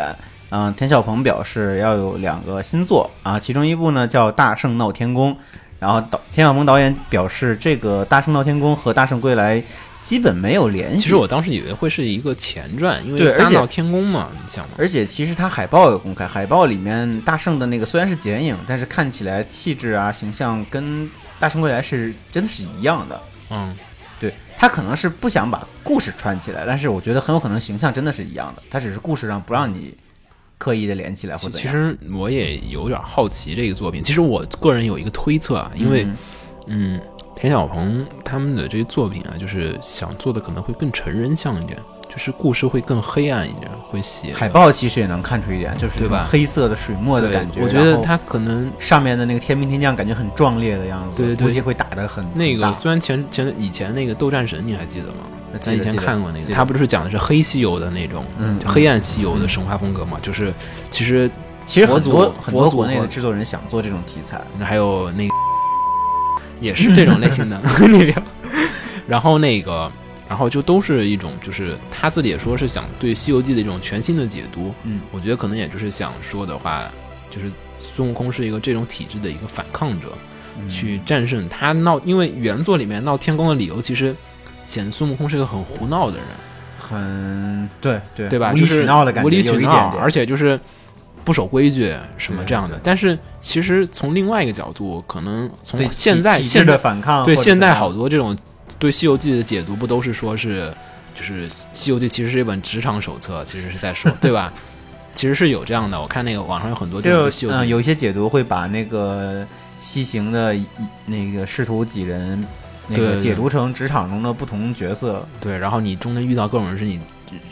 [SPEAKER 2] 嗯、田晓鹏表示要有两个新作啊，其中一部呢叫《大圣闹天宫》，然后导田晓鹏导演表示，这个《大圣闹天宫》和《大圣归来》基本没有联系。
[SPEAKER 1] 其实我当时以为会是一个前传，因
[SPEAKER 2] 对
[SPEAKER 1] 为
[SPEAKER 2] 而
[SPEAKER 1] 大
[SPEAKER 2] 且
[SPEAKER 1] 闹天宫嘛，你想嘛，
[SPEAKER 2] 而且其实它海报有公开，海报里面大圣的那个虽然是剪影，但是看起来气质啊形象跟《大圣归来》是真的是一样的。
[SPEAKER 1] 嗯，
[SPEAKER 2] 对他可能是不想把故事串起来，但是我觉得很有可能形象真的是一样的，他只是故事上不让你刻意的连起来或
[SPEAKER 1] 其
[SPEAKER 2] 者
[SPEAKER 1] 其实我也有点好奇这个作品。其实我个人有一个推测啊，因为嗯田晓鹏他们的这些作品啊，就是想做的可能会更成人像一点，就是故事会更黑暗一点，会写
[SPEAKER 2] 海报其实也能看出一点，就是
[SPEAKER 1] 呃对吧
[SPEAKER 2] 黑色的水墨的
[SPEAKER 1] 对
[SPEAKER 2] 感觉。
[SPEAKER 1] 我觉得
[SPEAKER 2] 然后
[SPEAKER 1] 他可能
[SPEAKER 2] 上面的那个天兵天将感觉很壮烈的样子，
[SPEAKER 1] 对对对
[SPEAKER 2] 估计会打得很
[SPEAKER 1] 那
[SPEAKER 2] 很
[SPEAKER 1] 个
[SPEAKER 2] 大
[SPEAKER 1] 虽然前前以前那个斗战神你还记得吗？
[SPEAKER 2] 记
[SPEAKER 1] 咱
[SPEAKER 2] 得
[SPEAKER 1] 以前
[SPEAKER 2] 记得
[SPEAKER 1] 看过那个
[SPEAKER 2] 记，得
[SPEAKER 1] 他不是讲的是黑西游的那种，
[SPEAKER 2] 嗯
[SPEAKER 1] 就黑暗西游的神话风格嘛？就是其实
[SPEAKER 2] 其实很
[SPEAKER 1] 佛
[SPEAKER 2] 多
[SPEAKER 1] 祖
[SPEAKER 2] 很多
[SPEAKER 1] 佛祖
[SPEAKER 2] 国内
[SPEAKER 1] 和
[SPEAKER 2] 的制作人想做这种题材，
[SPEAKER 1] 还有 那个也是这种类型的那边，然后那个然后就都是一种，就是他自己也说是想对《西游记》的一种全新的解读。
[SPEAKER 2] 嗯，
[SPEAKER 1] 我觉得可能也就是想说的话，就是孙悟空是一个这种体制的一个反抗者，去战胜他闹，因为原作里面闹天宫的理由其实。显得孙悟空是个很胡闹的人，
[SPEAKER 2] 很对对
[SPEAKER 1] 对吧？
[SPEAKER 2] 无理
[SPEAKER 1] 就
[SPEAKER 2] 取
[SPEAKER 1] 是
[SPEAKER 2] 闹的感觉，
[SPEAKER 1] 无理
[SPEAKER 2] 有
[SPEAKER 1] 取
[SPEAKER 2] 一
[SPEAKER 1] 闹
[SPEAKER 2] 点，点
[SPEAKER 1] 而且就是不守规矩什么这样的
[SPEAKER 2] 对。
[SPEAKER 1] 但是其实从另外一个角度，可能从
[SPEAKER 2] 对体
[SPEAKER 1] 现在
[SPEAKER 2] 体制
[SPEAKER 1] 现
[SPEAKER 2] 的
[SPEAKER 1] 在
[SPEAKER 2] 反抗，
[SPEAKER 1] 对
[SPEAKER 2] 或者
[SPEAKER 1] 现在
[SPEAKER 2] 怎么
[SPEAKER 1] 好
[SPEAKER 2] 样
[SPEAKER 1] 多这种对《西游记》的解读，不都是说是就是《西游记》其实是一本职场手册，其实是在说对吧？其实是有这样的，我看那个网上有很多这种对《西
[SPEAKER 2] 就
[SPEAKER 1] 游记》
[SPEAKER 2] 嗯，有一些解读会把那个西行的一那个师徒几人。那
[SPEAKER 1] 对
[SPEAKER 2] 个
[SPEAKER 1] 对对
[SPEAKER 2] 解读成职场中的不同角色，
[SPEAKER 1] 对，然后你中间遇到各种人是你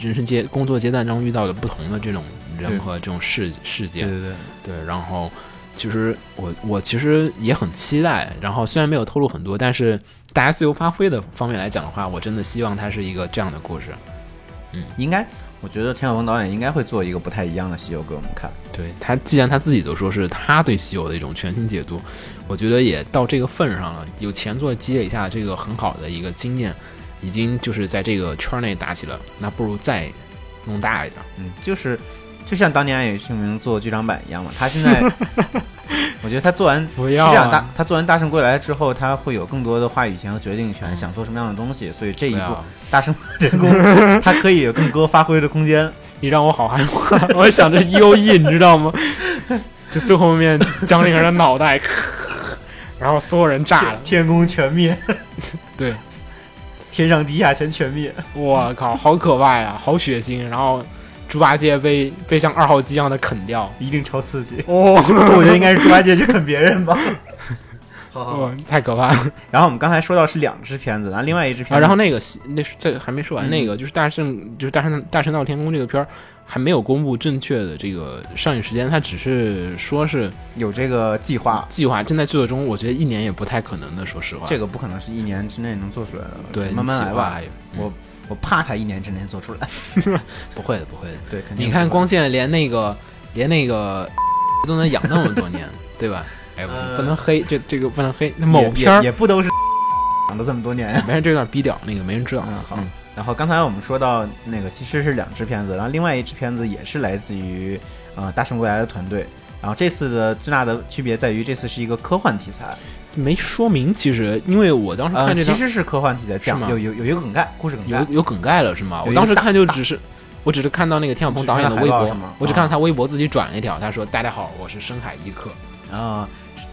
[SPEAKER 1] 人生阶工作阶段中遇到的不同的这种人
[SPEAKER 2] 对
[SPEAKER 1] 和这种事事件
[SPEAKER 2] 对，对对，
[SPEAKER 1] 对，然后其实我我其实也很期待，然后虽然没有透露很多，但是大家自由发挥的方面来讲的话，我真的希望它是一个这样的故事。
[SPEAKER 2] 应该我觉得田晓鹏导演应该会做一个不太一样的西游给我们看。
[SPEAKER 1] 对他，既然他自己都说是他对西游的一种全新解读，我觉得也到这个份上了，有前作积累一下这个很好的一个经验，已经就是在这个圈内打起了，那不如再弄大一点。
[SPEAKER 2] 嗯，就是就像当年安野秀明做剧场版一样嘛，他 现在我觉得他做完
[SPEAKER 1] 不
[SPEAKER 2] 是
[SPEAKER 1] 要
[SPEAKER 2] 这样
[SPEAKER 1] 啊
[SPEAKER 2] 大，他做完《大圣归来》之后，他会有更多的话语权和决定权，
[SPEAKER 1] 嗯
[SPEAKER 2] 想做什么样的东西，所以这一
[SPEAKER 1] 对啊
[SPEAKER 2] 部
[SPEAKER 1] 呀
[SPEAKER 2] 《大圣归来》 他可以有更多发挥的空间。
[SPEAKER 1] 你让我好害怕， 我想着 U E，你知道吗？就最后面江陵儿的脑袋， 然后所有人炸了。
[SPEAKER 2] 天宫全灭，
[SPEAKER 1] 对，
[SPEAKER 2] 天上地下全全灭。
[SPEAKER 1] 我靠，好可怕呀，好血腥。然后猪八戒被被像二号机一样的啃掉。。
[SPEAKER 2] 一定超刺激
[SPEAKER 1] 哦，
[SPEAKER 2] 我觉得应该是猪八戒去啃别人吧。好好好。
[SPEAKER 1] 太可怕了
[SPEAKER 2] 然后我们刚才说到是两支片子，然后另外一支片子，
[SPEAKER 1] 啊！然后那个那这还没说完，
[SPEAKER 2] 嗯
[SPEAKER 1] 那个就是大圣，就是大圣大圣闹天宫这个片儿还没有公布正确的这个上映时间，它只是说是
[SPEAKER 2] 有这个计划，
[SPEAKER 1] 计划正在制作中，我觉得一年也不太可能的，说实话。
[SPEAKER 2] 这个不可能是一年之内能做出来的，
[SPEAKER 1] 对
[SPEAKER 2] 慢慢
[SPEAKER 1] 计
[SPEAKER 2] 来
[SPEAKER 1] 划
[SPEAKER 2] 吧
[SPEAKER 1] 还。嗯
[SPEAKER 2] 我我怕他一年之内做出来，
[SPEAKER 1] 不会的，不会的。
[SPEAKER 2] 对，肯定不会。
[SPEAKER 1] 你看光线连那个连那个都能养那么多年，对吧？哎，不
[SPEAKER 2] 呃
[SPEAKER 1] 不能黑这这个不能黑那
[SPEAKER 2] 也
[SPEAKER 1] 某片儿
[SPEAKER 2] 也，也不都 是养了这么多年呀。
[SPEAKER 1] 没事，这有点逼屌，那个没人知道。
[SPEAKER 2] 嗯，好
[SPEAKER 1] 嗯。
[SPEAKER 2] 然后刚才我们说到那个其实是两支片子，然后另外一支片子也是来自于呃大圣归来的团队。然后这次的最大的区别在于，这次是一个科幻题材，
[SPEAKER 1] 没说明，其实因为我当时
[SPEAKER 2] 呃，
[SPEAKER 1] 看这
[SPEAKER 2] 其
[SPEAKER 1] 张
[SPEAKER 2] 实是科幻题材，讲
[SPEAKER 1] 吗
[SPEAKER 2] 有有有一个梗概，故事梗
[SPEAKER 1] 有
[SPEAKER 2] 概，
[SPEAKER 1] 有梗概了是吗？
[SPEAKER 2] 有
[SPEAKER 1] 我
[SPEAKER 2] 一个
[SPEAKER 1] 当时看就只是。我只是看到那个田晓鹏导演的微
[SPEAKER 2] 只看到海报
[SPEAKER 1] 博
[SPEAKER 2] 是吗，
[SPEAKER 1] 我只看到他微博自己转了一条，他说：“大家好，我是深海一刻。
[SPEAKER 2] 啊、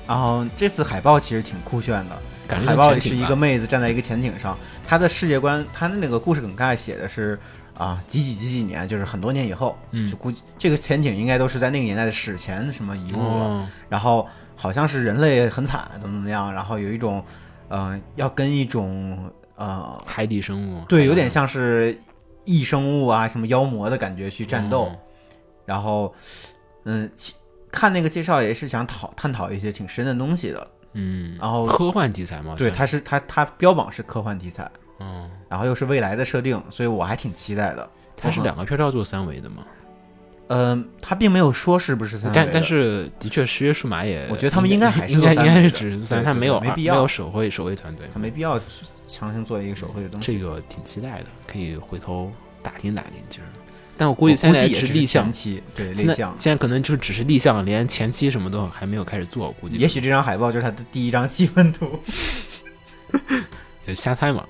[SPEAKER 2] 然后这次海报其实挺酷炫的，”
[SPEAKER 1] 感觉像
[SPEAKER 2] 海报
[SPEAKER 1] 潜
[SPEAKER 2] 里是
[SPEAKER 1] 艇
[SPEAKER 2] 一
[SPEAKER 1] 吧
[SPEAKER 2] 个妹子站在一个潜艇上，她的世界观，她的那个故事梗概写的是啊几几几几年，就是很多年以后，
[SPEAKER 1] 嗯
[SPEAKER 2] 就估计这个潜艇应该都是在那个年代的史前什么遗物，
[SPEAKER 1] 哦，
[SPEAKER 2] 然后好像是人类很惨，怎么怎么样，然后有一种呃要跟一种呃
[SPEAKER 1] 海底生物，
[SPEAKER 2] 对，有点像是异生物啊什么妖魔的感觉去战斗，
[SPEAKER 1] 嗯
[SPEAKER 2] 然后嗯其看那个介绍也是想讨探讨一些挺深的东西的，
[SPEAKER 1] 嗯，
[SPEAKER 2] 然后
[SPEAKER 1] 科幻题材嘛，
[SPEAKER 2] 对，
[SPEAKER 1] 算
[SPEAKER 2] 它是它它标榜是科幻题材。
[SPEAKER 1] 嗯，
[SPEAKER 2] 然后又是未来的设定，所以我还挺期待的。
[SPEAKER 1] 它是两个片照做三维的嘛，
[SPEAKER 2] 嗯、他并没有说是不是三维
[SPEAKER 1] 但
[SPEAKER 2] 嗯的
[SPEAKER 1] 但是的确，十月数码也，
[SPEAKER 2] 我觉得他们应该还是
[SPEAKER 1] 应该应
[SPEAKER 2] 做三维的
[SPEAKER 1] 该是只是三维，
[SPEAKER 2] 对
[SPEAKER 1] 他没有啊
[SPEAKER 2] 对对没必
[SPEAKER 1] 没
[SPEAKER 2] 要
[SPEAKER 1] 有手绘手绘团队，
[SPEAKER 2] 他没必要强行做一个手绘的东西。
[SPEAKER 1] 这个挺期待的，可以回头打听打听。其实，但我估计
[SPEAKER 2] 我估
[SPEAKER 1] 现在
[SPEAKER 2] 计也
[SPEAKER 1] 只
[SPEAKER 2] 是
[SPEAKER 1] 立项
[SPEAKER 2] 前，期，对
[SPEAKER 1] 现
[SPEAKER 2] 立
[SPEAKER 1] 在
[SPEAKER 2] 项。
[SPEAKER 1] 现在可能就只是立项，连前期什么都还没有开始做，估计
[SPEAKER 2] 也许这张海报就是他的第一张气氛 图，
[SPEAKER 1] 就瞎猜嘛。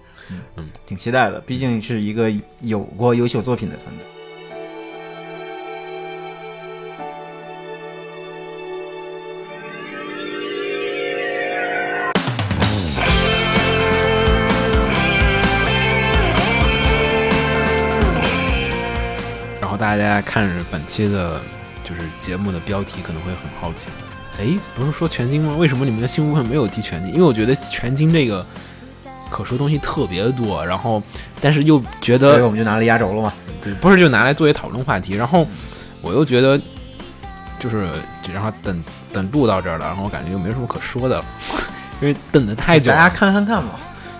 [SPEAKER 2] 挺期待的。毕竟是一个有过优秀作品的团队。
[SPEAKER 3] 「君の声が聞こえる」
[SPEAKER 1] 大家看着本期的，就是节目的标题可能会很好奇，哎，不是说全金吗？为什么你们的新闻部分没有提全金？因为我觉得全金这个可说东西特别多，然后但是又觉
[SPEAKER 2] 所以
[SPEAKER 1] 得
[SPEAKER 2] 我们就拿了压轴了嘛。
[SPEAKER 1] 对不是就拿来作为讨论话题，然后我又觉得就是然后等等录到这儿了，然后我感觉又没什么可说的了， 因为等的太久
[SPEAKER 2] 大
[SPEAKER 1] 了。
[SPEAKER 2] 家看看看吧。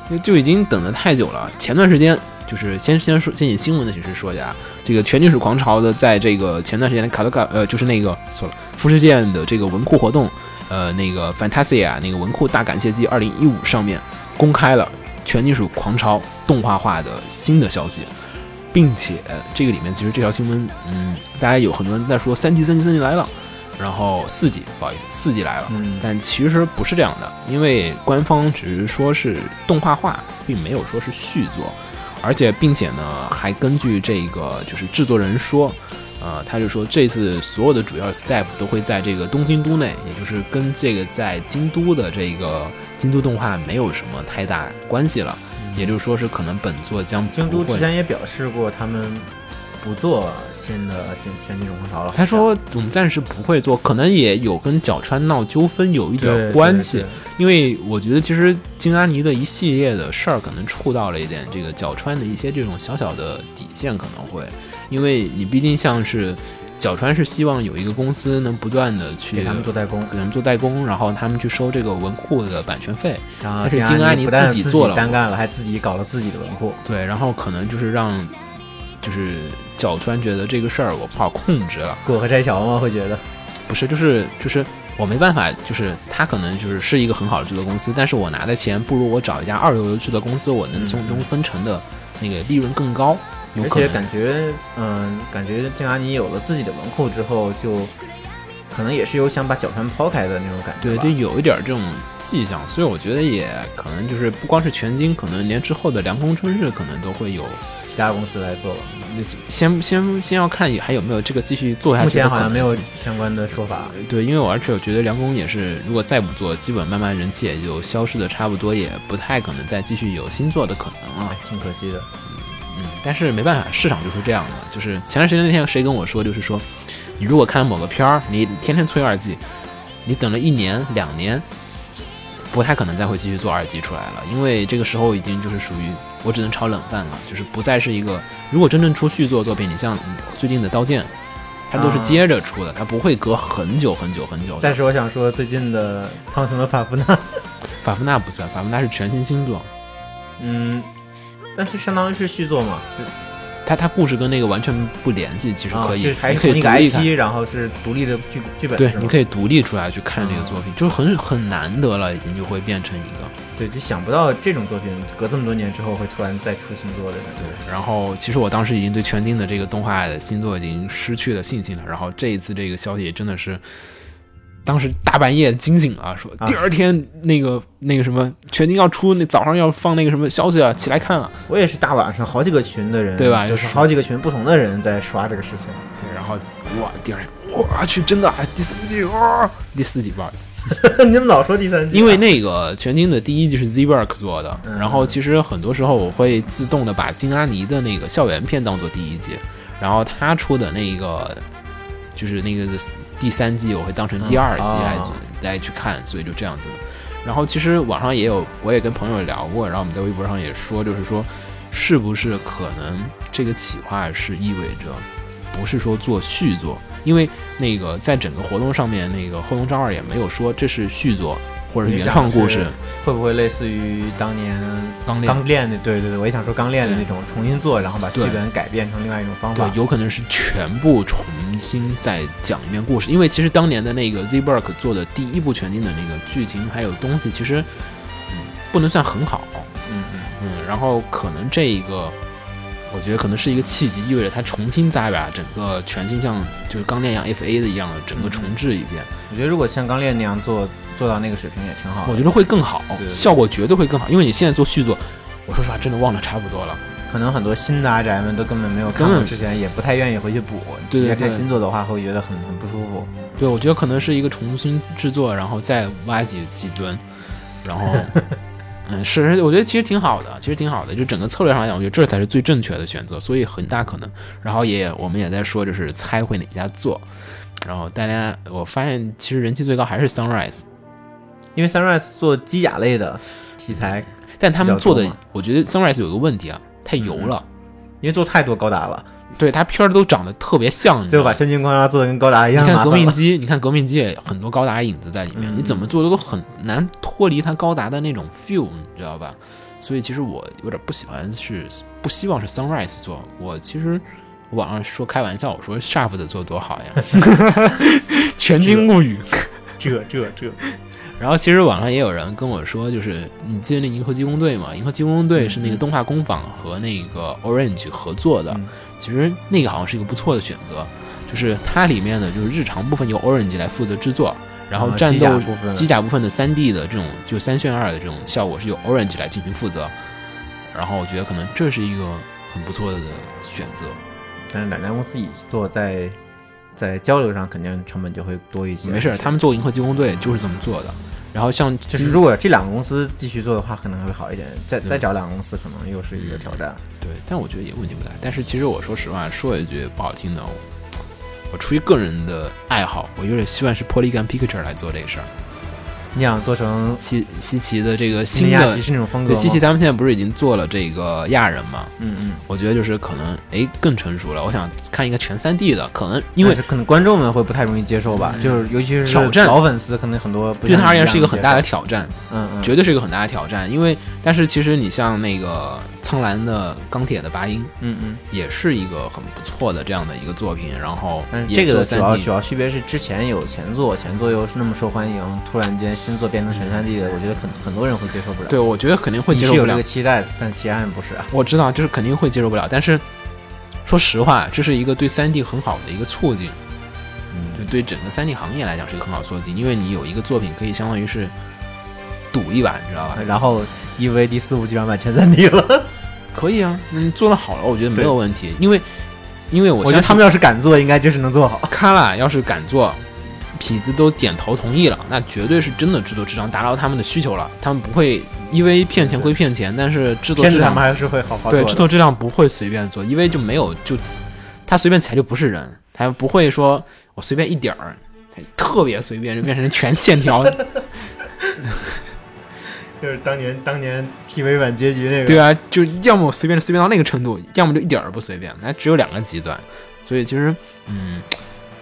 [SPEAKER 1] 就就已经等得太久了。前段时间就是先先说先以新闻的形式说一下，这个全军史狂潮的在这个前段时间的卡多卡呃就是那个错了，富士见的这个文库活动，呃那个 Fantasia 那个文库大感谢祭二零一五上面公开了全金属狂潮动画化的新的消息。并且这个里面其实这条新闻，嗯，大家有很多人在说三季、三季、三季来了，然后四季，不好意思，四季来了，
[SPEAKER 2] 嗯，
[SPEAKER 1] 但其实不是这样的，因为官方只是说是动画化，并没有说是续作，而且并且呢，还根据这个就是制作人说，呃，他就说这次所有的主要 staff 都会在这个东京都内，也就是跟这个在京都的这个京都动画没有什么太大关系了，也就是说是可能本作将
[SPEAKER 2] 嗯京都
[SPEAKER 1] 不
[SPEAKER 2] 之
[SPEAKER 1] 会
[SPEAKER 2] 前也表示过，他们不做新的全全金属狂潮了。
[SPEAKER 1] 他说我们暂时不会做，可能也有跟角川闹纠纷有一
[SPEAKER 2] 好像对
[SPEAKER 1] 点关系。，因为我觉得其实金阿尼的一系列的事儿，可能触到了一点这个角川的一些这种小小的底线，可能会，因为你毕竟像是角川是希望有一个公司能不断的去
[SPEAKER 2] 对对对给他们做代工。
[SPEAKER 1] 给他们做代工，然后他们去收这个文库的版权费，
[SPEAKER 2] 然后
[SPEAKER 1] 但是
[SPEAKER 2] 金
[SPEAKER 1] 金安妮
[SPEAKER 2] 不但
[SPEAKER 1] 自己
[SPEAKER 2] 己
[SPEAKER 1] 做了
[SPEAKER 2] 单干了，还自己搞了自己的文库。
[SPEAKER 1] 对，然后可能就是让就是角川觉得这个事儿我不好控制了，
[SPEAKER 2] 过河拆桥吗？会觉得
[SPEAKER 1] 不是，就是就是我没办法，就是他可能就是是一个很好的制作公司，但是我拿的钱不如我找一家二流的制作公司，我能从中分成的那个利润更高，有
[SPEAKER 2] 嗯而
[SPEAKER 1] 可
[SPEAKER 2] 且
[SPEAKER 1] 能。
[SPEAKER 2] 感觉，嗯，感觉静安妮有了自己的文库之后，就可能也是有想把角川抛开的那种感觉
[SPEAKER 1] 对，
[SPEAKER 2] 吧。
[SPEAKER 1] 就有一点这种迹象，所以我觉得也可能就是不光是全金，可能连之后的凉宫春日可能都会有。
[SPEAKER 2] 其他公司来做了，
[SPEAKER 1] 先先先要看还有没有这个继续做下去。
[SPEAKER 2] 目前好像没有。相关的说法。
[SPEAKER 1] 对，因为我而且我觉得凉宫也是，如果再不做，基本慢慢人气也就消失的差不多，也不太可能再继续有新作的可能了
[SPEAKER 2] 哎。，挺可惜的。
[SPEAKER 1] 嗯，但是没办法，市场就是这样的。就是前段时间那天谁跟我说，就是说，你如果看某个片儿，你天天催二季，你等了一年两年，不太可能再会继续做二季出来了，因为这个时候已经就是属于我只能炒冷饭了，就是不再是一个。如果真正出续作作品，你像嗯最近的《刀剑》，它都是
[SPEAKER 2] 啊
[SPEAKER 1] 接着出的，它不会隔很久很久很久的。
[SPEAKER 2] 但是我想说，最近的《苍穹的法夫纳》，
[SPEAKER 1] 法夫纳不算，法夫纳是全新星座，
[SPEAKER 2] 嗯，但是相当于是续作嘛，
[SPEAKER 1] 它它故事跟那个完全不联系，其实
[SPEAKER 2] 啊
[SPEAKER 1] 可以，
[SPEAKER 2] 就是还
[SPEAKER 1] 你
[SPEAKER 2] 是
[SPEAKER 1] 可
[SPEAKER 2] 同
[SPEAKER 1] 以
[SPEAKER 2] 一 个
[SPEAKER 1] 独立看。
[SPEAKER 2] IP，然后是独立的剧剧本，
[SPEAKER 1] 对
[SPEAKER 2] 是，吗嗯
[SPEAKER 1] 你可以独立出来去看这个作品，就是很很难得了，已经就会变成一个。
[SPEAKER 2] 对，就想不到这种作品隔这么多年之后会突然再出新作的感觉。
[SPEAKER 1] 然后，其实我当时已经对全金的这个动画的新作已经失去了信心了。然后这一次这个消息真的是，当时大半夜惊醒啊，说
[SPEAKER 2] 啊
[SPEAKER 1] 第二天那个那个什么全金要出，那早上要放那个什么消息啊，起来看啊。
[SPEAKER 2] 我也是大晚上好几个群的人，
[SPEAKER 1] 对吧
[SPEAKER 2] 就
[SPEAKER 1] 就是是
[SPEAKER 2] 好几个群不同的人在刷这个事情。
[SPEAKER 1] 对，然后哇，第二天我去，真的还第三季哇，第四季不好意思，
[SPEAKER 2] 你怎么老说第三季啊？
[SPEAKER 1] 因为那个全金的第一季是 ZWork 做的，
[SPEAKER 2] 嗯
[SPEAKER 1] 然后其实很多时候我会自动的把金阿尼的那个校园片当做第一季，然后他出的那个就是那个第三季我会当成第二季
[SPEAKER 2] 嗯
[SPEAKER 1] 来、
[SPEAKER 2] 哦
[SPEAKER 1] 来去看，所以就这样子的。然后其实网上也有，我也跟朋友聊过，然后我们在微博上也说，就是说是不是可能这个企划是意味着不是说做续作，因为那个在整个活动上面，那个后龙章二也没有说这是续作或者是原创故
[SPEAKER 2] 你想
[SPEAKER 1] 事
[SPEAKER 2] 是。会不会类似于当年
[SPEAKER 1] 刚练
[SPEAKER 2] 刚练的？对对对，我也想说刚练的那种重新做，然后把剧
[SPEAKER 1] 嗯对
[SPEAKER 2] 本改变成另外一种方法
[SPEAKER 1] 对，。有可能是全部重新再讲一遍故事，因为其实当年的那个 Z b e r k 做的第一部全金的那个剧情还有东西，其实嗯不能算很好，
[SPEAKER 2] 嗯嗯，
[SPEAKER 1] 嗯，然后可能这一个，我觉得可能是一个契机，意味着他重新再把整个全新像就是刚那样 FA 的一样的整个重置一遍，
[SPEAKER 2] 我觉得如果像刚练那样做做到那个水平也挺好的。
[SPEAKER 1] 我觉得会更好
[SPEAKER 2] 啊对，对
[SPEAKER 1] 效果绝对会更好，因为你现在做续作，我说实话真的忘的差不多了。
[SPEAKER 2] 可能很多新的阿宅们都根本没有看
[SPEAKER 1] 根
[SPEAKER 2] 过，
[SPEAKER 1] 本
[SPEAKER 2] 之前也不太愿意回去补。
[SPEAKER 1] 对
[SPEAKER 2] 直
[SPEAKER 1] 对
[SPEAKER 2] 接看
[SPEAKER 1] 对
[SPEAKER 2] 新作的话，会觉得很很不舒服。
[SPEAKER 1] 对，我觉得 可能是一个重新制作，然后再挖几几吨，然后嗯，是，我觉得其实挺好的，其实挺好的。就整个策略上来讲，我觉得这才是最正确的选择，所以很大可能。然后也我们也在说，就是猜会哪家做。然后大家，我发现其实人气最高还是 Sunrise，
[SPEAKER 2] 因为 Sunrise 做机甲类的题材，
[SPEAKER 1] 但他们
[SPEAKER 2] 比较
[SPEAKER 1] 做
[SPEAKER 2] 重
[SPEAKER 1] 的
[SPEAKER 2] 嘛，嗯
[SPEAKER 1] 我觉得 Sunrise 有个问题啊，太油了，
[SPEAKER 2] 因为做太多高达了，
[SPEAKER 1] 对他片儿都长得特别像，你知
[SPEAKER 2] 最
[SPEAKER 1] 道
[SPEAKER 2] 后把
[SPEAKER 1] 吧？
[SPEAKER 2] 全军光沙做的跟高达一
[SPEAKER 1] 你
[SPEAKER 2] 样
[SPEAKER 1] 看
[SPEAKER 2] 麻
[SPEAKER 1] 革
[SPEAKER 2] 烦
[SPEAKER 1] 命
[SPEAKER 2] 了。
[SPEAKER 1] 机，你看革命机也很多高达影子在里面，你怎么做都都很难脱离它高达的那种 feel，你知道吧？所以其实我有点不喜欢是不希望是 Sunrise 做，我其实网上说开玩笑，我说 Sharp 的做多好 呀，《全经物语》。
[SPEAKER 2] 这这这，
[SPEAKER 1] 然后其实网上也有人跟我说，就是你记得那《银河机工队》吗？《银河机工
[SPEAKER 2] 嗯
[SPEAKER 1] 队》是那个动画工坊和那个 Orange 合作的，
[SPEAKER 2] 嗯
[SPEAKER 1] 其实那个好像是一个不错的选择，就是它里面的就是日常部分由 Orange 来负责制作，然后
[SPEAKER 2] 啊
[SPEAKER 1] 战
[SPEAKER 2] 机
[SPEAKER 1] 斗
[SPEAKER 2] 甲部分
[SPEAKER 1] 机甲部分的三 D 的这种就三选二的这种效果是由 Orange 来进行负责，然后我觉得可能这是一个很不错的选择。
[SPEAKER 2] 但是两家公司一起做，在在交流上肯定成本就会多一些。
[SPEAKER 1] 没事儿，他们做《嗯银河机工队》就是这么做的，然后像
[SPEAKER 2] 就是
[SPEAKER 1] 今
[SPEAKER 2] 如果这两个公司继续做的话，可能会好一点。再
[SPEAKER 1] 对
[SPEAKER 2] 再找两个公司，可能又是一个挑战。
[SPEAKER 1] 对，但我觉得也问题不大。但是其实我说实话，说一句不好听的，我我出于个人的爱好，我有点希望是 Polygon Picture 来做这个事儿。
[SPEAKER 2] 你想做成
[SPEAKER 1] 西西奇的这个
[SPEAKER 2] 新
[SPEAKER 1] 新
[SPEAKER 2] 亚骑
[SPEAKER 1] 的，
[SPEAKER 2] 士那种风格
[SPEAKER 1] 对
[SPEAKER 2] 吗？
[SPEAKER 1] 西奇他们现在不是已经做了这个亚人嘛？
[SPEAKER 2] 嗯嗯，
[SPEAKER 1] 我觉得就是可能哎更成熟了。我想看一个全三 D 的，可能因为嗯
[SPEAKER 2] 但是可能观众们会不太容易接受吧，就是尤其是
[SPEAKER 1] 挑战
[SPEAKER 2] 老粉丝，可能很多不
[SPEAKER 1] 对
[SPEAKER 2] 像
[SPEAKER 1] 他
[SPEAKER 2] 你
[SPEAKER 1] 而言
[SPEAKER 2] 样
[SPEAKER 1] 是一个很大的
[SPEAKER 2] 接
[SPEAKER 1] 挑战，
[SPEAKER 2] 受，嗯嗯，
[SPEAKER 1] 绝对是一个很大的挑战。因为但是其实你像那个苍蓝的钢铁的拔音，
[SPEAKER 2] 嗯嗯。
[SPEAKER 1] 也是一个很不错的这样的一个作品，然后
[SPEAKER 2] 但是
[SPEAKER 1] 也
[SPEAKER 2] 这
[SPEAKER 1] 做
[SPEAKER 2] 个的主
[SPEAKER 1] 3D
[SPEAKER 2] 要主要区别是之前有前作，前作又是那么受欢迎，突然间新作变成全三 D 的，我觉得很很多人会接受不了。
[SPEAKER 1] 对，我觉得肯定会
[SPEAKER 2] 你
[SPEAKER 1] 接
[SPEAKER 2] 是
[SPEAKER 1] 受不
[SPEAKER 2] 有这
[SPEAKER 1] 了
[SPEAKER 2] 个。期待，但其他人不是啊。
[SPEAKER 1] 我知道，就是肯定会接受不了。但是说实话，这是一个对3 D 很好的一个促进，就
[SPEAKER 2] 嗯，
[SPEAKER 1] 对整个3 D 行业来讲是一个很好的促进，因为你有一个作品可以相当于是赌一把，你知道吧？
[SPEAKER 2] 然后 EVA 第四部居然版全三 D 了，
[SPEAKER 1] 可以啊，嗯，做的好了，我觉得没
[SPEAKER 2] 对
[SPEAKER 1] 有问题，因为因为我
[SPEAKER 2] 我觉
[SPEAKER 1] 相
[SPEAKER 2] 得
[SPEAKER 1] 信
[SPEAKER 2] 他们要是敢做，应该就是能做好。
[SPEAKER 1] 卡拉要是敢做。痞子都点头同意了，那绝对是真的制作质量达到他们的需求了。他们不会因为骗钱归骗钱，但是制作
[SPEAKER 2] 片
[SPEAKER 1] 质
[SPEAKER 2] 子他
[SPEAKER 1] 量
[SPEAKER 2] 们还是会好好做
[SPEAKER 1] 对，
[SPEAKER 2] 的。
[SPEAKER 1] 制作质量不会随便做，因为就没有就他随便裁就不是人，他不会说我随便一点儿，他特别随便就变成全线条，
[SPEAKER 2] 就是当年当年 TV 版结局那个，
[SPEAKER 1] 对啊，就要么随便随便到那个程度，要么就一点儿不随便，那只有两个极端，所以其实嗯。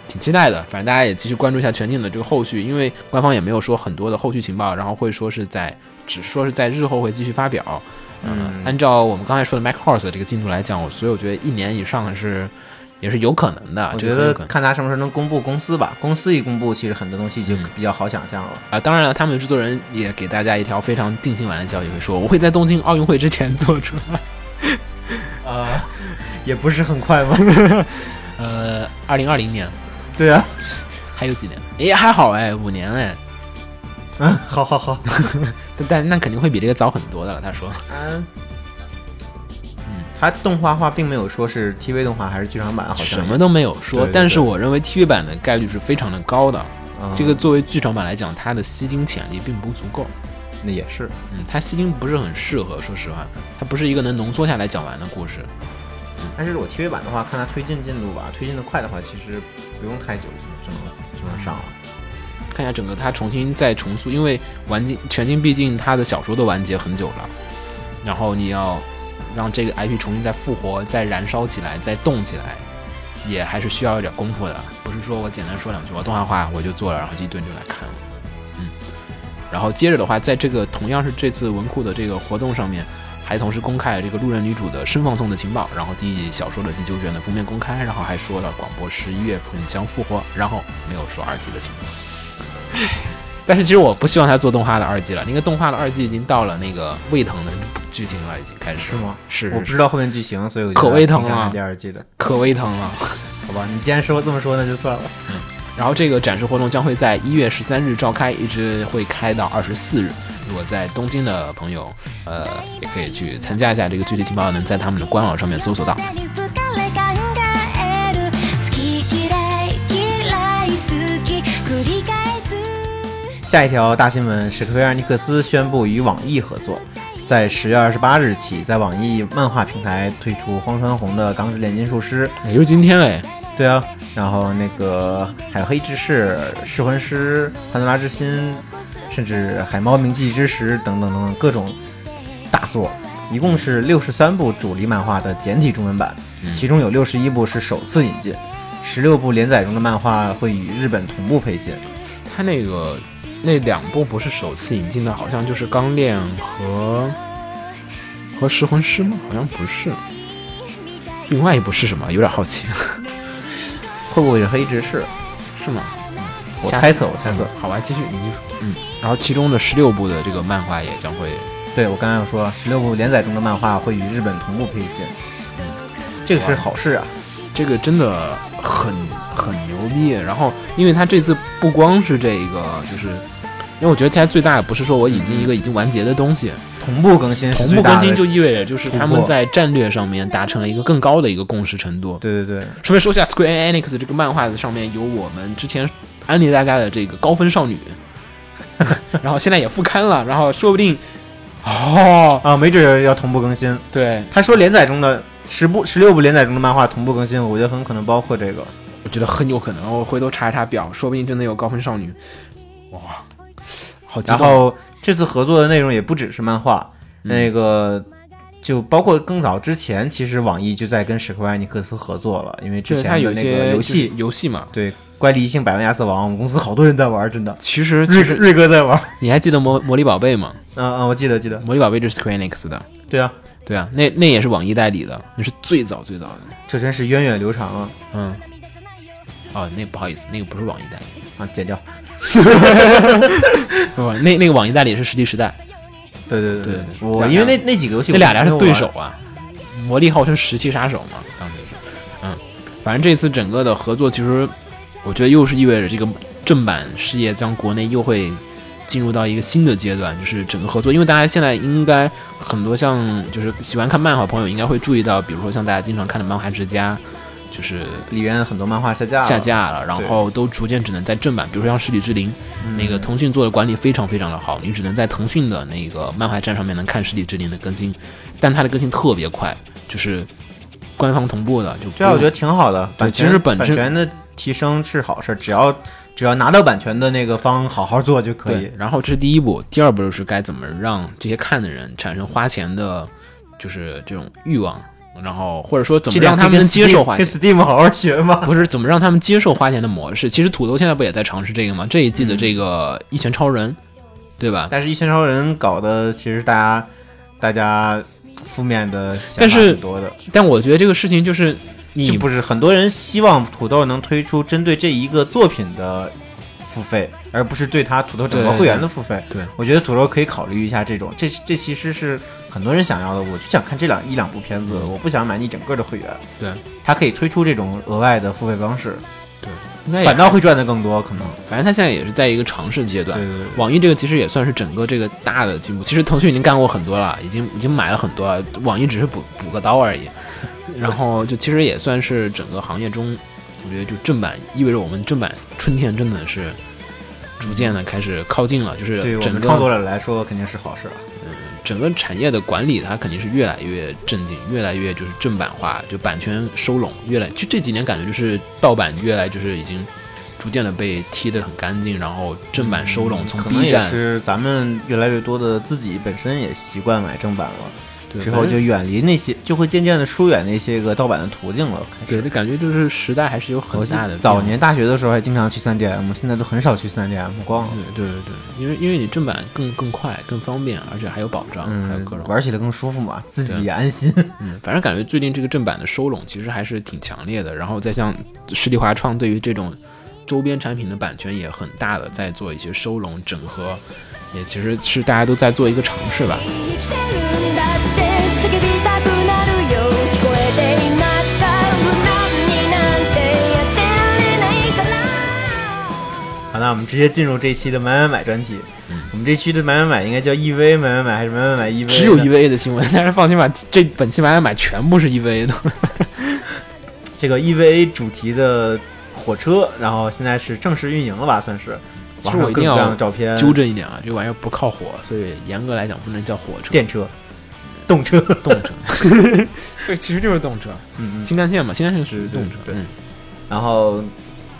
[SPEAKER 1] 挺期待的，反正大家也继续关注一下全境的这个后续，因为官方也没有说很多的后续情报，然后会说是在只说是在日后会继续发表。嗯，按照我们刚才说的 Mac Horse 的这个进度来讲，我所以我觉得一年以上是也是有可能的。
[SPEAKER 2] 我
[SPEAKER 1] 这
[SPEAKER 2] 觉
[SPEAKER 1] 个很有
[SPEAKER 2] 得
[SPEAKER 1] 可能
[SPEAKER 2] 看他什么时候能公布公司吧。公司一公布，其实很多东西就
[SPEAKER 1] 嗯
[SPEAKER 2] 比较好想象了。
[SPEAKER 1] 啊，当然了，他们的制作人也给大家一条非常定心丸的消息，会说我会在东京奥运会之前做出来。
[SPEAKER 2] 呃， 也不是很快吗？
[SPEAKER 1] 呃，二零二零年
[SPEAKER 2] 对啊，
[SPEAKER 1] 还有几年？哎，还好哎，五年哎，
[SPEAKER 2] 嗯，好好好，
[SPEAKER 1] 但但那肯定会比这个早很多的了。他 说，
[SPEAKER 2] 嗯。他动画化并没有说是 TV 动画还是剧场版，好像
[SPEAKER 1] 什么都没有说，
[SPEAKER 2] 对对
[SPEAKER 1] 但是
[SPEAKER 2] 对
[SPEAKER 1] 我认为 TV 版的概率是非常的高的。
[SPEAKER 2] 嗯
[SPEAKER 1] 这个作为剧场版来讲，它的吸金潜力并不足够。
[SPEAKER 2] 那也是，
[SPEAKER 1] 嗯，它吸金不是很适合，说实话，它不是一个能浓缩下来讲完的故事。
[SPEAKER 2] 但是如果 TV 版的话，看它推进进度吧，推进的快的话，其实不用太久就能就能上了。
[SPEAKER 1] 看一下整个它重新再重塑，因为完结全境毕竟它的小说都完结很久了，然后你要让这个 IP 重新再复活、再燃烧起来、再动起来，也还是需要一点功夫的。不是说我简单说两句，我动画化我就做了，然后就一顿就来看了，嗯。然后接着的话，在这个同样是这次文库的这个活动上面，还同时公开了这个路人女主的深放送的情报，然后第小说的第九卷的封面公开，然后还说了广播十一月份将复活，然后没有说二季的情报。但是其实我不希望他做动画的二季了，那个动画的二季已经到了那个胃疼的剧情了，已经开始
[SPEAKER 2] 是吗？
[SPEAKER 1] 是
[SPEAKER 2] 我不知道后面剧情，所以我
[SPEAKER 1] 可
[SPEAKER 2] 觉得
[SPEAKER 1] 胃疼
[SPEAKER 2] 挺想看
[SPEAKER 1] 了
[SPEAKER 2] 啊第二季的，
[SPEAKER 1] 可胃疼了。
[SPEAKER 2] 好吧？你既然说这么说，那就算了。
[SPEAKER 1] 然后这个展示活动将会在一月十三日召开，一直会开到二十四日。如果在东京的朋友，呃，也可以去参加一下这个具体情报，能在他们的官网上面搜索到。
[SPEAKER 4] 風に吹かれ考える好き嫌い嫌い好き繰り返す
[SPEAKER 2] 下一条大新闻，史克威尔尼克斯宣布与网易合作。在十月二十八日起，在网易漫画平台推出荒川弘的《钢之炼金术师》。
[SPEAKER 1] 也哎就是今天嘞，
[SPEAKER 2] 对啊，然后那个海黑之士、噬魂师、潘多拉之心，甚至海猫铭记之石等等等等各种大作，一共是六十三部主力漫画的简体中文版，
[SPEAKER 1] 嗯
[SPEAKER 2] 其中有六十一部是首次引进，十六部连载中的漫画会与日本同步配信。
[SPEAKER 1] 他那个那两部不是首次引进的，好像就是《钢炼》和和《噬魂师》吗？好像不是。另外一部是什么？有点好奇，
[SPEAKER 2] 会不会是黑执事？
[SPEAKER 1] 是吗？
[SPEAKER 2] 我
[SPEAKER 1] 下
[SPEAKER 2] 猜测，我猜测。
[SPEAKER 1] 嗯好吧，继续，你就嗯。然后其中的十六部的这个漫画也将会
[SPEAKER 2] 对我刚刚有说，十六部连载中的漫画会与日本同步配信，这个是好事啊。
[SPEAKER 1] 这个真的很很牛逼。然后，因为他这次不光是这个，就是因为我觉得它最大也不是说我引进一个已经完结的东西，
[SPEAKER 2] 同步更新是
[SPEAKER 1] 同
[SPEAKER 2] 最
[SPEAKER 1] 步
[SPEAKER 2] 大的，
[SPEAKER 1] 更新就意味着就是他
[SPEAKER 2] 突
[SPEAKER 1] 们
[SPEAKER 2] 破
[SPEAKER 1] 在战略上面达成了一个更高的一个共识程度。
[SPEAKER 2] 对对对，
[SPEAKER 1] 顺便说一下，Square Enix 这个漫画的上面有我们之前安利大家的这个高分少女， 然后现在也复刊了，然后说不定哦，
[SPEAKER 2] 啊，没准要同步更新。
[SPEAKER 1] 对，
[SPEAKER 2] 他说连载中的十部、十六部连载中的漫画同步更新，我觉得很可能包括这个。
[SPEAKER 1] 我觉得很有可能，我回头查一查表，说不定真的有高分少女。哇，好激
[SPEAKER 2] 然
[SPEAKER 1] 动！啊嗯
[SPEAKER 2] 后这次合作的内容也不只是漫画，那个就包括更早之前，其实网易就在跟史克威尼克斯合作了，因为之
[SPEAKER 1] 对，它
[SPEAKER 2] 前
[SPEAKER 1] 有
[SPEAKER 2] 的
[SPEAKER 1] 一
[SPEAKER 2] 那
[SPEAKER 1] 些
[SPEAKER 2] 个游
[SPEAKER 1] 就是
[SPEAKER 2] 戏，
[SPEAKER 1] 游戏嘛。
[SPEAKER 2] 对《乖离性百万亚瑟王》，我们公司好多人在玩，真的。
[SPEAKER 1] 其实
[SPEAKER 2] 瑞
[SPEAKER 1] 其实
[SPEAKER 2] 瑞哥在 玩，
[SPEAKER 1] 你还记得魔魔力宝贝吗？
[SPEAKER 2] 嗯嗯，我记得记得，
[SPEAKER 1] 魔力宝贝就是 Square Enix 的，
[SPEAKER 2] 对啊，
[SPEAKER 1] 对啊，那那也是网易代理的，那是最早最早的。
[SPEAKER 2] 这真是源远流长啊！
[SPEAKER 1] 嗯，哦，那不好意思，那个不是网易代理，
[SPEAKER 2] 啊，剪掉，
[SPEAKER 1] 不，那那个网易代理是实力时代，
[SPEAKER 2] 对对
[SPEAKER 1] 对
[SPEAKER 2] 对
[SPEAKER 1] 对对
[SPEAKER 2] 我
[SPEAKER 1] 两
[SPEAKER 2] 因为那那几个游戏
[SPEAKER 1] 那俩俩
[SPEAKER 2] 我
[SPEAKER 1] 是
[SPEAKER 2] 没有
[SPEAKER 1] 对
[SPEAKER 2] 玩
[SPEAKER 1] 手，啊。魔力号称十七杀手嘛，当时是，嗯，反正这次整个的合作，其实我觉得又是意味着这个正版事业将国内又会进入到一个新的阶段，就是整个合作，因为大家现在应该很多像就是喜欢看漫画的朋友应该会注意到，比如说像大家经常看的《漫画之家》，就是
[SPEAKER 2] 里面很多漫画下架了
[SPEAKER 1] 下，架了，然后都逐渐只能在正版，比如说像《十里之灵》，
[SPEAKER 2] 嗯
[SPEAKER 1] 那个腾讯做的管理非常非常的好，你只能在腾讯的那个漫画站上面能看《十里之灵》的更新，但它的更新特别快，就是官方同步的，就
[SPEAKER 2] 对啊，
[SPEAKER 1] 不
[SPEAKER 2] 我觉得
[SPEAKER 1] 用
[SPEAKER 2] 挺好的。版权
[SPEAKER 1] 其实本
[SPEAKER 2] 版
[SPEAKER 1] 身
[SPEAKER 2] 权的提升是好事，只要只要拿到版权的那个方好好做就可以
[SPEAKER 1] 对。。然后这是第一步，第二步就是该怎么让这些看的人产生花钱的，就是这种欲望，然后或者说怎么让他们能接受花
[SPEAKER 2] 跟
[SPEAKER 1] 钱。
[SPEAKER 2] Steam 好好学 嘛。
[SPEAKER 1] 不是怎么让他们接受花钱的模式？其实土豆现在不也在尝试这个吗？这一
[SPEAKER 2] 嗯
[SPEAKER 1] 季的这个一拳超人，对吧？
[SPEAKER 2] 但是《一拳超人》搞的其实大家大家负面的想
[SPEAKER 1] 但
[SPEAKER 2] 法
[SPEAKER 1] 是
[SPEAKER 2] 挺多的，
[SPEAKER 1] 但我觉得这个事情就是
[SPEAKER 2] 就
[SPEAKER 1] 你
[SPEAKER 2] 不是很多人希望土豆能推出针对这一个作品的付费，而不是对他土豆整个
[SPEAKER 1] 对
[SPEAKER 2] 会员的付费。
[SPEAKER 1] 对
[SPEAKER 2] 我觉得土豆可以考虑一下这种，这这其实是很多人想要的。我就想看这两一两部片子，
[SPEAKER 1] 嗯
[SPEAKER 2] 我不想买你整个的会员。
[SPEAKER 1] 对，
[SPEAKER 2] 他可以推出这种额外的付费方式，
[SPEAKER 1] 应该也
[SPEAKER 2] 反倒会赚的更多，可能。
[SPEAKER 1] 反正他现在也是在一个尝试阶段
[SPEAKER 2] 对。对对。
[SPEAKER 1] 网易这个其实也算是整个这个大的进步。其实腾讯已经干过很多了，已经已经买了很多了，网易只是补补个刀 而已。然后就其实也算是整个行业中，我觉得就正版意味着我们正版春天真的是逐渐的开始靠近了，就是
[SPEAKER 2] 对我
[SPEAKER 1] 整
[SPEAKER 2] 们
[SPEAKER 1] 个
[SPEAKER 2] 创作者来说肯定是好事啊，
[SPEAKER 1] 整个产业的管理，它肯定是越来越正经，越来越就是正版化，就版权收拢，越来就这几年感觉就是盗版越来就是已经逐渐的被踢得很干净，然后正版收拢，从
[SPEAKER 2] 嗯可能
[SPEAKER 1] B
[SPEAKER 2] 也
[SPEAKER 1] 站
[SPEAKER 2] 是咱们越来越多的自己本身也习惯买正版了，
[SPEAKER 1] 对
[SPEAKER 2] 之后
[SPEAKER 1] 反正
[SPEAKER 2] 就远离那些，就会渐渐的疏远那些个盗版的途径了。开始
[SPEAKER 1] 对，就感觉就是时代还是有很
[SPEAKER 2] 我
[SPEAKER 1] 大的
[SPEAKER 2] 早
[SPEAKER 1] 变化
[SPEAKER 2] 年大学的时候还经常去 3DM，现在都很少去 3DM 逛了。
[SPEAKER 1] 对对对对，因为因为你正版更更快、更方便，而且还有保障，还有
[SPEAKER 2] 嗯
[SPEAKER 1] 各种，
[SPEAKER 2] 玩起来更舒服嘛，自己
[SPEAKER 1] 对
[SPEAKER 2] 也安心。
[SPEAKER 1] 嗯，反正感觉最近这个正版的收拢其实还是挺强烈的，然后再像实力华创对于这种周边产品的版权也很大的在做一些收拢整合，也其实是大家都在做一个尝试吧。
[SPEAKER 4] 生きてるんだって叫びたくなるよ聞こえていますか無難になんてやってられないから
[SPEAKER 2] 好，那我们直接进入这一期的买买买专题。
[SPEAKER 1] 嗯
[SPEAKER 2] 我们这期的买买买应该叫 EV 买买买还是买买买 EV？
[SPEAKER 1] 只有 E
[SPEAKER 2] 呢
[SPEAKER 1] EVA 的新闻，但是放心吧，这本期买买买全部是 EVA 的。
[SPEAKER 2] E 这个 EVA 主题的火车，然后现在是正式运营了吧，算是。
[SPEAKER 1] 其
[SPEAKER 2] 网
[SPEAKER 1] 实
[SPEAKER 2] 上
[SPEAKER 1] 我一
[SPEAKER 2] 各
[SPEAKER 1] 定
[SPEAKER 2] 种各样
[SPEAKER 1] 要
[SPEAKER 2] 的照片，
[SPEAKER 1] 纠正一点啊，这玩意儿不靠火，所以严格来讲不能叫火车，
[SPEAKER 2] 电车、动车，
[SPEAKER 1] 动车。这其实就是动车，
[SPEAKER 2] 嗯嗯。
[SPEAKER 1] 新干线嘛，新干线属于
[SPEAKER 2] 对
[SPEAKER 1] 动车。
[SPEAKER 2] 对
[SPEAKER 1] 嗯
[SPEAKER 2] 然后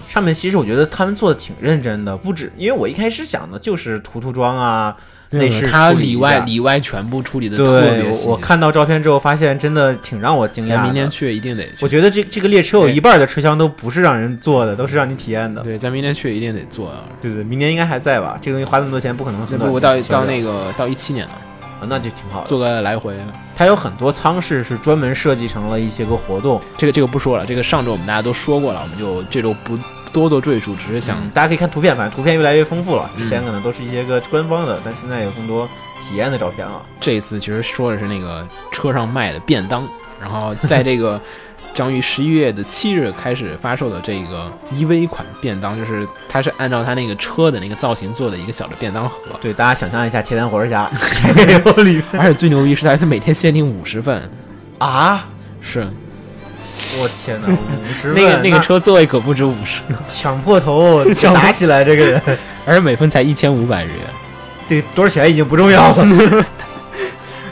[SPEAKER 2] 上面其实我觉得他们做的挺认真的，不止，因为我一开始想的就是涂涂妆啊，内饰
[SPEAKER 1] 它
[SPEAKER 2] 处理
[SPEAKER 1] 里
[SPEAKER 2] 一
[SPEAKER 1] 外
[SPEAKER 2] 下
[SPEAKER 1] 里外全部处理的特
[SPEAKER 2] 对
[SPEAKER 1] 别细，
[SPEAKER 2] 我我看到照片之后发现真的挺让我惊
[SPEAKER 1] 咱
[SPEAKER 2] 讶
[SPEAKER 1] 明天
[SPEAKER 2] 的。
[SPEAKER 1] 去一定得
[SPEAKER 2] 我
[SPEAKER 1] 去，
[SPEAKER 2] 觉得这这个列车有一半的车厢都不是让人坐的，都是让你体验的。
[SPEAKER 1] 对，咱明天去一定得做啊。
[SPEAKER 2] 对对，明年应该还在吧？这个东西花这么多钱，不可能
[SPEAKER 1] 那
[SPEAKER 2] 很
[SPEAKER 1] 不
[SPEAKER 2] 短
[SPEAKER 1] 我到
[SPEAKER 2] 时间
[SPEAKER 1] 到
[SPEAKER 2] 消掉
[SPEAKER 1] 那个到一七年了，
[SPEAKER 2] 啊，那就挺好的。
[SPEAKER 1] 做个来回。
[SPEAKER 2] 它有很多舱室是专门设计成了一些个活动，
[SPEAKER 1] 这个这个不说了，这个上周我们大家都说过了，我们就这周不多做赘述，只是想
[SPEAKER 2] 嗯大家可以看图片，反正图片越来越丰富了。
[SPEAKER 1] 嗯
[SPEAKER 2] 之前可能都是一些个官方的，但现在有更多体验的照片了。
[SPEAKER 1] 这一次其实说的是那个车上卖的便当，然后在这 个将于十一月的七日开始发售的这个 EV 款便当，就是它是按照它那个车的那个造型做的一个小的便当 盒，
[SPEAKER 2] 对，大家想象一下铁胆火车 侠有里面
[SPEAKER 1] 而且最牛逼是它它每天限定五十份，
[SPEAKER 2] 啊！
[SPEAKER 1] 是
[SPEAKER 2] 我天 哪，五十
[SPEAKER 1] 那个那个车座位可不止五十，
[SPEAKER 2] 抢破头
[SPEAKER 1] 抢破
[SPEAKER 2] 打起来，这个人
[SPEAKER 1] 而且每份才一千五百日元。
[SPEAKER 2] 对多少钱已经不重要了。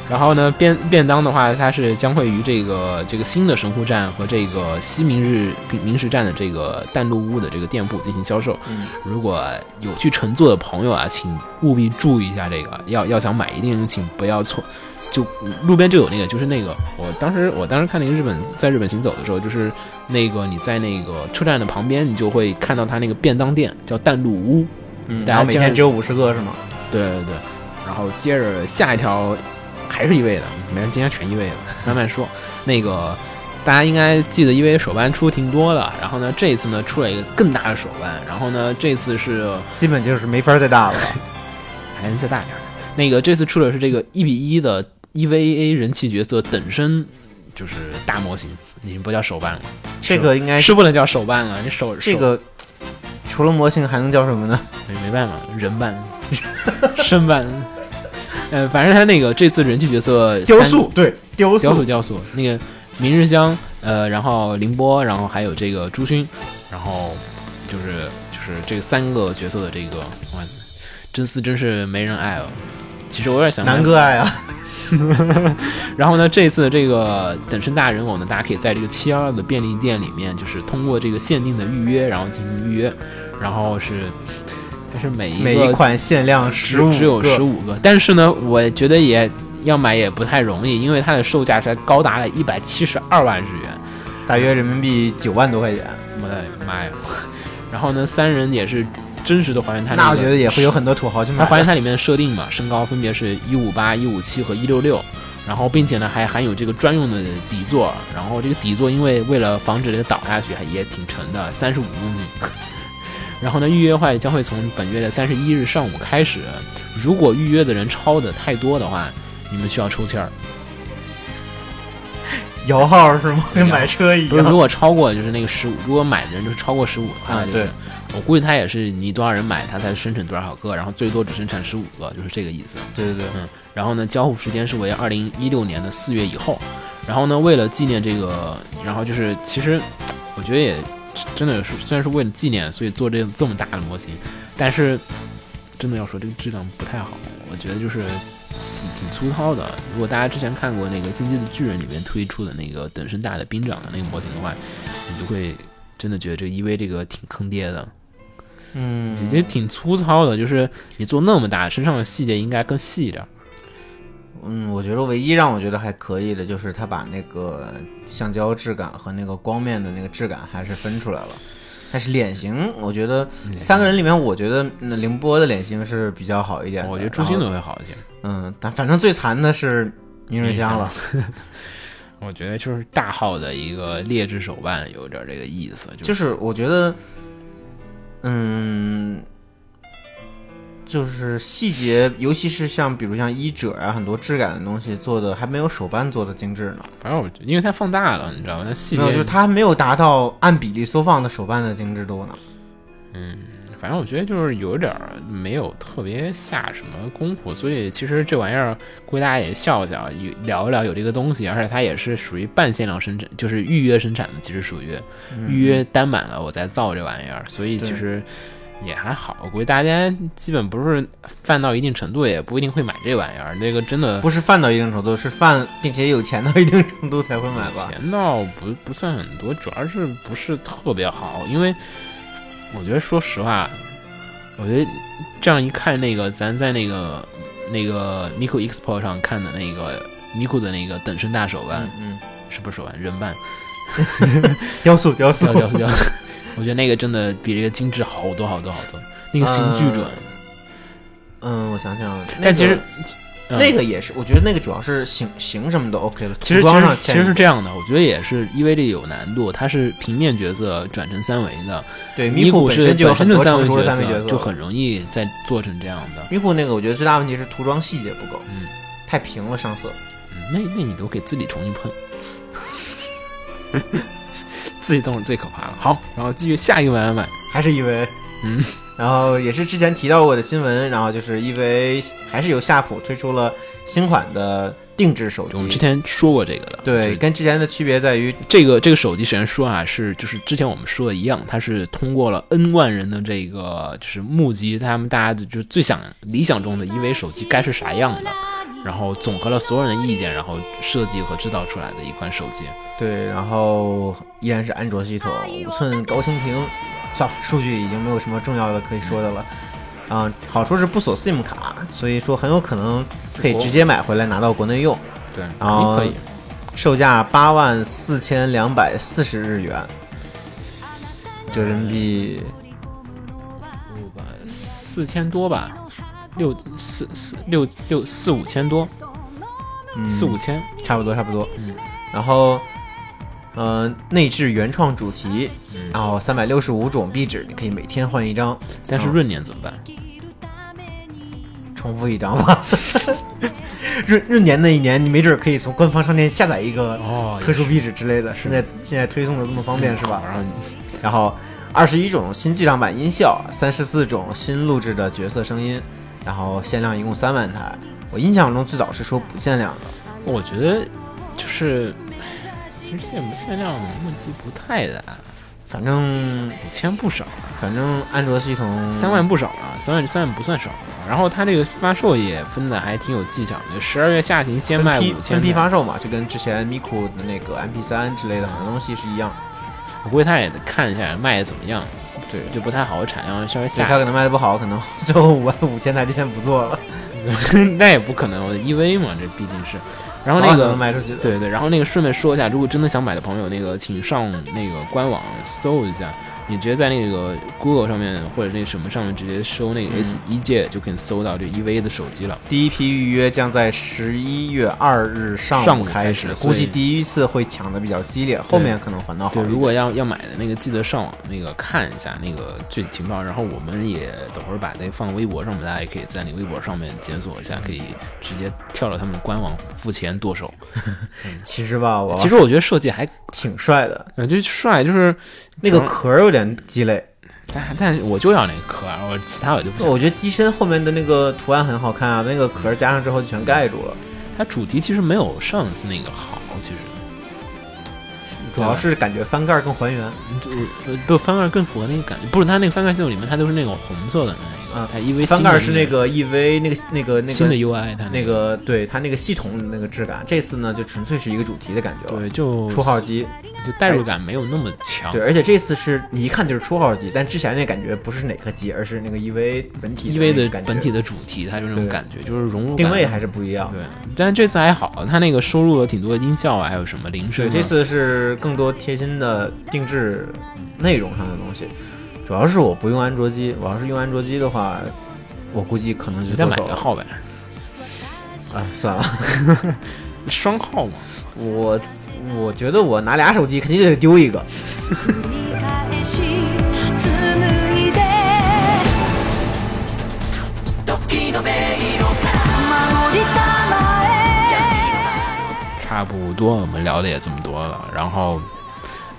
[SPEAKER 1] 然后呢，便便当的话，它是将会于这个这个新的神户站和这个西明日呃明石站的这个淡路屋的这个店铺进行销售。
[SPEAKER 2] 嗯
[SPEAKER 1] 如果有去乘坐的朋友啊，请务必注意一下这个，要要想买一定请不要错。就路边就有那个，就是那个，我当时我当时看那个日本在日本行走的时候，就是那个你在那个车站的旁边，你就会看到它那个便当店叫淡路屋，
[SPEAKER 2] 嗯，
[SPEAKER 1] 大家
[SPEAKER 2] 然后每
[SPEAKER 1] 见
[SPEAKER 2] 天只有五十个是吗？
[SPEAKER 1] 对对对，然后接着下一条还是一 E 位的，没事，今天全一位 的，慢慢说。那个大家应该记得，因为手办出挺多的，然后呢，这一次呢出了一个更大的手办，然后呢，这次是
[SPEAKER 2] 基本就是没法再大了。
[SPEAKER 1] 还能再大点儿，那个这次出的是这个一比一的 EVA 人气角色等身。就是大模型，已经不叫手办了，
[SPEAKER 2] 这个应该
[SPEAKER 1] 是不能叫手办了。你手
[SPEAKER 2] 哎这
[SPEAKER 1] 手
[SPEAKER 2] 个除了模型还能叫什么呢？
[SPEAKER 1] 没没办法，人办， 身办。呃，反正他那个这次人气角色三
[SPEAKER 2] 对雕
[SPEAKER 1] 雕塑雕塑，那个明日香，呃，然后凌波，然后还有这个朱勋，然后就是就是这三个角色的这个，哇，真丝真是没人爱哦。其实我有点想
[SPEAKER 2] 南哥爱啊，
[SPEAKER 1] 然后呢，这次的这个等身大人偶呢，大家可以在这个七幺幺的便利店里面，就是通过这个限定的预约，然后进行预约，然后是，但是每一个
[SPEAKER 2] 每一款限量
[SPEAKER 1] 只
[SPEAKER 2] 十五，
[SPEAKER 1] 只有十
[SPEAKER 2] 五，
[SPEAKER 1] 五个，但是呢，我觉得也要买也不太容易，因为它的售价是高达了一百七十二万日元，
[SPEAKER 2] 大约人民币九万多块钱。
[SPEAKER 1] 我的妈呀！然后呢，三人也是真实的还原它、那
[SPEAKER 2] 那
[SPEAKER 1] 个
[SPEAKER 2] 我觉得也会有很多土豪去买
[SPEAKER 1] 它
[SPEAKER 2] 的。
[SPEAKER 1] 还原它里面的设定嘛，身高分别是一五八、一五七和一六六，然后并且呢还含有这个专用的底座，然后这个底座因为为了防止这个倒下去，还也挺沉的，三十五公斤。 然后呢，预约话将会从本月的三十一日上午开始，如果预约的人超的太多的话，你们需要抽签儿。
[SPEAKER 2] 摇号是吗？
[SPEAKER 1] 对
[SPEAKER 2] 跟
[SPEAKER 1] 摇
[SPEAKER 2] 买车一
[SPEAKER 1] 不是，
[SPEAKER 2] 样。
[SPEAKER 1] 如果超过就是那个十五，如果买的人就是超过十五的话，
[SPEAKER 2] 啊
[SPEAKER 1] 就是、
[SPEAKER 2] 对
[SPEAKER 1] 我估计他也是你多少人买，他才生产多少个，然后最多只生产十五个，就是这个意思。
[SPEAKER 2] 对对对，
[SPEAKER 1] 嗯，然后呢，交付时间是为二零一六年的四月以后。然后呢，为了纪念这个，然后就是其实我觉得也真的是，虽然是为了纪念，所以做这这么大的模型，但是真的要说这个质量不太好，我觉得就是挺挺粗糙的。如果大家之前看过那个《进击的巨人》里面推出的那个等身大的兵长的那个模型的话，你就会真的觉得这个 EV 这个挺坑爹的。
[SPEAKER 2] 嗯，
[SPEAKER 1] 也挺粗糙的，就是你做那么大，身上的细节应该更细一点儿。
[SPEAKER 2] 嗯，我觉得唯一让我觉得还可以的就是它把那个橡胶质感和那个光面的那个质感还是分出来了。但是脸型，我觉得三个人里面，我觉得那凌波的脸型是比较好一点的。
[SPEAKER 1] 我觉得朱星
[SPEAKER 2] 然
[SPEAKER 1] 的
[SPEAKER 2] 后，
[SPEAKER 1] 会好一些。
[SPEAKER 2] 嗯，但反正最残的是明日香了。
[SPEAKER 1] 我觉得就是大号的一个劣质手办，有点这个意思，就
[SPEAKER 2] 就是是我觉得，嗯，就是细节，尤其是像比如像衣褶啊，很多质感的东西做的还没有手办做的精致呢。
[SPEAKER 1] 反正我因为它放大了，你知道吗？它细
[SPEAKER 2] 没有，就是
[SPEAKER 1] 节，
[SPEAKER 2] 它还没有达到按比例缩放的手办的精致度呢。
[SPEAKER 1] 嗯反正我觉得就是有点儿没有特别下什么功夫，所以其实这玩意儿估计大家也笑笑，有聊一聊有这个东西，而且它也是属于半限量生产，就是
[SPEAKER 2] 嗯
[SPEAKER 1] 预约生产的，其实属于预约单满了我再造这玩意儿，所以其
[SPEAKER 2] 对
[SPEAKER 1] 实也还好，我估计大家基本不是犯到一定程度，也不一定会买这玩意儿。这个真的
[SPEAKER 2] 不是犯到一定程度，是犯并且有钱到一定程度才会买吧？
[SPEAKER 1] 钱倒不不算很多，主要是不是特别好，因为我觉得说实话，我觉得这样一看那个咱在那个那个 Nico Expo 上看的那个 Nico 的那个等身大手办，
[SPEAKER 2] 嗯嗯，
[SPEAKER 1] 是不是手办人办？
[SPEAKER 2] 雕塑雕塑
[SPEAKER 1] 要要要！我觉得那个真的比这个精致好多好多好多，那个型巨准。
[SPEAKER 2] 嗯，我想想，那
[SPEAKER 1] 但
[SPEAKER 2] 个
[SPEAKER 1] 其实、嗯
[SPEAKER 2] 那个也是，我觉得那个主要是形形什么都 OK 了，
[SPEAKER 1] 其实
[SPEAKER 2] 涂
[SPEAKER 1] 其
[SPEAKER 2] 装
[SPEAKER 1] 实
[SPEAKER 2] 上
[SPEAKER 1] 其
[SPEAKER 2] 嵌
[SPEAKER 1] 实是
[SPEAKER 2] 入
[SPEAKER 1] 这样的，我觉得也是 EVD 有难度，它是平面角色转成三维的，
[SPEAKER 2] 对
[SPEAKER 1] 咪
[SPEAKER 2] 咪咕
[SPEAKER 1] 咕
[SPEAKER 2] 本
[SPEAKER 1] 是
[SPEAKER 2] 身就有
[SPEAKER 1] 本
[SPEAKER 2] 很
[SPEAKER 1] 身就
[SPEAKER 2] 多
[SPEAKER 1] 三
[SPEAKER 2] 成
[SPEAKER 1] 维
[SPEAKER 2] 熟的三维角
[SPEAKER 1] 色，
[SPEAKER 2] 色，
[SPEAKER 1] 就很容易再做成这样的。
[SPEAKER 2] 咪咕那个，我觉得最大问题是涂装细节不够，
[SPEAKER 1] 嗯，
[SPEAKER 2] 太平了上色，
[SPEAKER 1] 嗯那那你都给自己重新喷， 自己动是最可怕的。好，然后继续下一个买买买，
[SPEAKER 2] 还是因为
[SPEAKER 1] 嗯，
[SPEAKER 2] 然后也是之前提到过的新闻，然后就是因为还是由夏普推出了新款的定制手
[SPEAKER 1] 我们之
[SPEAKER 2] 机。
[SPEAKER 1] 前说过这个的，就是
[SPEAKER 2] 对，跟之前的区别在于，
[SPEAKER 1] 这个这个手机实际上说啊，是就是之前我们说的一样，它是通过了 N 万人的这个就是募集，他们大家的就是最想理想中的一维手机该是啥样的，然后总和了所有人的意见，然后设计和制造出来的一款手机。
[SPEAKER 2] 对，然后依然是安卓系统，五寸高清屏，算了，数据已经没有什么重要的可以说的了。啊、好处是不锁 SIM 卡，所以说很有可能可以直接买回来拿到国内用，
[SPEAKER 1] 对，肯定
[SPEAKER 2] 啊
[SPEAKER 1] 可以。
[SPEAKER 2] 售价八万四千两百四十日元，折人民币
[SPEAKER 1] 五百四千多吧，六四四六六四五千多，
[SPEAKER 2] 嗯
[SPEAKER 1] 四五千。
[SPEAKER 2] 差不多差不多。然后，嗯、内置原创主题，然后三百六十五种壁纸，你可以每天换一张，
[SPEAKER 1] 但是
[SPEAKER 2] 嗯
[SPEAKER 1] 闰年怎么办？
[SPEAKER 2] 重复一张吧。 闰闰年那一年，你没准可以从官方商店下载一个
[SPEAKER 1] 哦
[SPEAKER 2] 特殊壁纸之类的。现在现在推送的这么方便是吧？
[SPEAKER 1] 然后你
[SPEAKER 2] 然后二十一种新剧场版音效，三十四种新录制的角色声音，然后限量一共三万台。我印象中最早是说不限量的，
[SPEAKER 1] 我觉得就是，其实限不限量问题不太大，
[SPEAKER 2] 反正
[SPEAKER 1] 五千不少啊，
[SPEAKER 2] 反正安卓系统
[SPEAKER 1] 三万不少啊，三万三万不算少啊。然后它这个发售也分的还挺有技巧的，十二月下旬先卖
[SPEAKER 2] 分批
[SPEAKER 1] 五千
[SPEAKER 2] 分批
[SPEAKER 1] 台
[SPEAKER 2] 发，售嘛，就跟之前 Miku 的那个 MP 3之类的很多东西是一样的。
[SPEAKER 1] 我估计他也得看一下卖的怎么样，
[SPEAKER 2] 对
[SPEAKER 1] 就不太好产量稍微
[SPEAKER 2] 所以它
[SPEAKER 1] 下，
[SPEAKER 2] 可能卖的不好，可能 最后五万五千台就先不做了。
[SPEAKER 1] 那也不可能，我的 EV 嘛，这毕竟是。然后
[SPEAKER 2] 早
[SPEAKER 1] 那
[SPEAKER 2] 晚
[SPEAKER 1] 个
[SPEAKER 2] 能卖出去的。
[SPEAKER 1] 对对，然后那个顺便说一下，如果真的想买的朋友，那个请上那个官网搜一下，你直接在那个 Google 上面或者那个什么上面直接搜那个 S 一届，就可以搜到这 EVA 的手机了。
[SPEAKER 2] 第一批预约将在十一月二日上
[SPEAKER 1] 上
[SPEAKER 2] 午
[SPEAKER 1] 午
[SPEAKER 2] 开
[SPEAKER 1] 开
[SPEAKER 2] 始，
[SPEAKER 1] 始
[SPEAKER 2] 估
[SPEAKER 1] 所
[SPEAKER 2] 计
[SPEAKER 1] 以
[SPEAKER 2] 第一次会抢的比较激烈，后面可能反倒好
[SPEAKER 1] 对，
[SPEAKER 2] 一点。
[SPEAKER 1] 如果要要买的那个，记得上网那个看一下那个具体情报，然后我们也等会儿把那放微博上面，大家也可以在那个微博上面检索一下，可以直接跳到他们的官网付钱剁手。
[SPEAKER 2] 其实吧，我
[SPEAKER 1] 其实我觉得设计还
[SPEAKER 2] 挺帅的，
[SPEAKER 1] 感觉帅，嗯就是
[SPEAKER 2] 那个壳儿有点鸡肋。
[SPEAKER 1] 但但我就要那个壳，我其他我就不想
[SPEAKER 2] 我觉得机身后面的那个图案很好看啊，那个壳儿加上之后就全盖住了。
[SPEAKER 1] 它主题其实没有上一次那个好，其实
[SPEAKER 2] 主要是感觉翻盖儿更还原，
[SPEAKER 1] 嗯就不翻盖更符合那个感觉。不是它那个翻盖系统里面，它都是那种红色的那个，
[SPEAKER 2] 啊
[SPEAKER 1] 它 EV
[SPEAKER 2] 翻盖儿是
[SPEAKER 1] 新的
[SPEAKER 2] 那个 EV 那个那个那
[SPEAKER 1] 新的
[SPEAKER 2] 个
[SPEAKER 1] UI，它
[SPEAKER 2] 那
[SPEAKER 1] 个
[SPEAKER 2] 个对它那个系统的那个质感。这次呢，就纯粹是一个主题的感觉了
[SPEAKER 1] 对，就
[SPEAKER 2] 初号机。
[SPEAKER 1] 就代入感没有那么强。
[SPEAKER 2] 对，而且这次是你一看就是初号机，但之前那感觉不是哪颗机，而是那个 EV 本体
[SPEAKER 1] EV
[SPEAKER 2] 那个
[SPEAKER 1] E 的
[SPEAKER 2] 感觉
[SPEAKER 1] 本体的主题，它就那种
[SPEAKER 2] 对
[SPEAKER 1] 感觉，就是融入感
[SPEAKER 2] 定位还是不一样。
[SPEAKER 1] 对。但是这次还好，它那个收录了挺多音效啊，还有什么铃声
[SPEAKER 2] 对，
[SPEAKER 1] 啊。
[SPEAKER 2] 这次是更多贴心的定制内容上的东西。主要是我不用安卓机，我要是用安卓机的话，我估计可能就
[SPEAKER 1] 你再买
[SPEAKER 2] 剁手
[SPEAKER 1] 个号呗，
[SPEAKER 2] 了啊，算了，
[SPEAKER 1] 双号嘛。
[SPEAKER 2] 我我觉得我拿俩手机肯定就得丢一个。
[SPEAKER 4] 繰り返し紡いで
[SPEAKER 3] 時の迷路
[SPEAKER 4] 守りたまえ
[SPEAKER 1] 差不多，我们聊的也这么多了。然后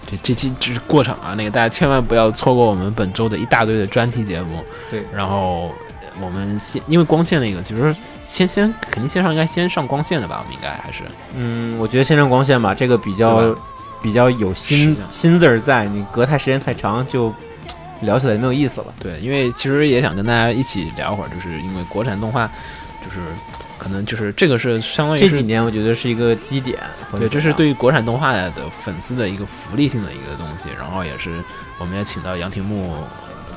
[SPEAKER 1] 这这期只是过场啊，那个大家千万不要错过我们本周的一大堆的专题节目。
[SPEAKER 2] 对，
[SPEAKER 1] 然后呃我们先，因为光线那个，其实先先肯定线上应该先上光线的吧，我们应该还是
[SPEAKER 2] 嗯，我觉得线上光线吧，这个比较
[SPEAKER 1] 对
[SPEAKER 2] 比较有心
[SPEAKER 1] 是的
[SPEAKER 2] 心字儿在，你隔太时间太长就聊起来没有意思了。
[SPEAKER 1] 对，因为其实也想跟大家一起聊会儿，就是因为国产动画，就是可能就是这个是相当于
[SPEAKER 2] 这
[SPEAKER 1] 是
[SPEAKER 2] 几年我觉得是一个基点，或者
[SPEAKER 1] 对，这
[SPEAKER 2] 怎
[SPEAKER 1] 是
[SPEAKER 2] 样
[SPEAKER 1] 对于国产动画的粉丝的一个福利性的一个东西，然后也是我们也请到杨廷木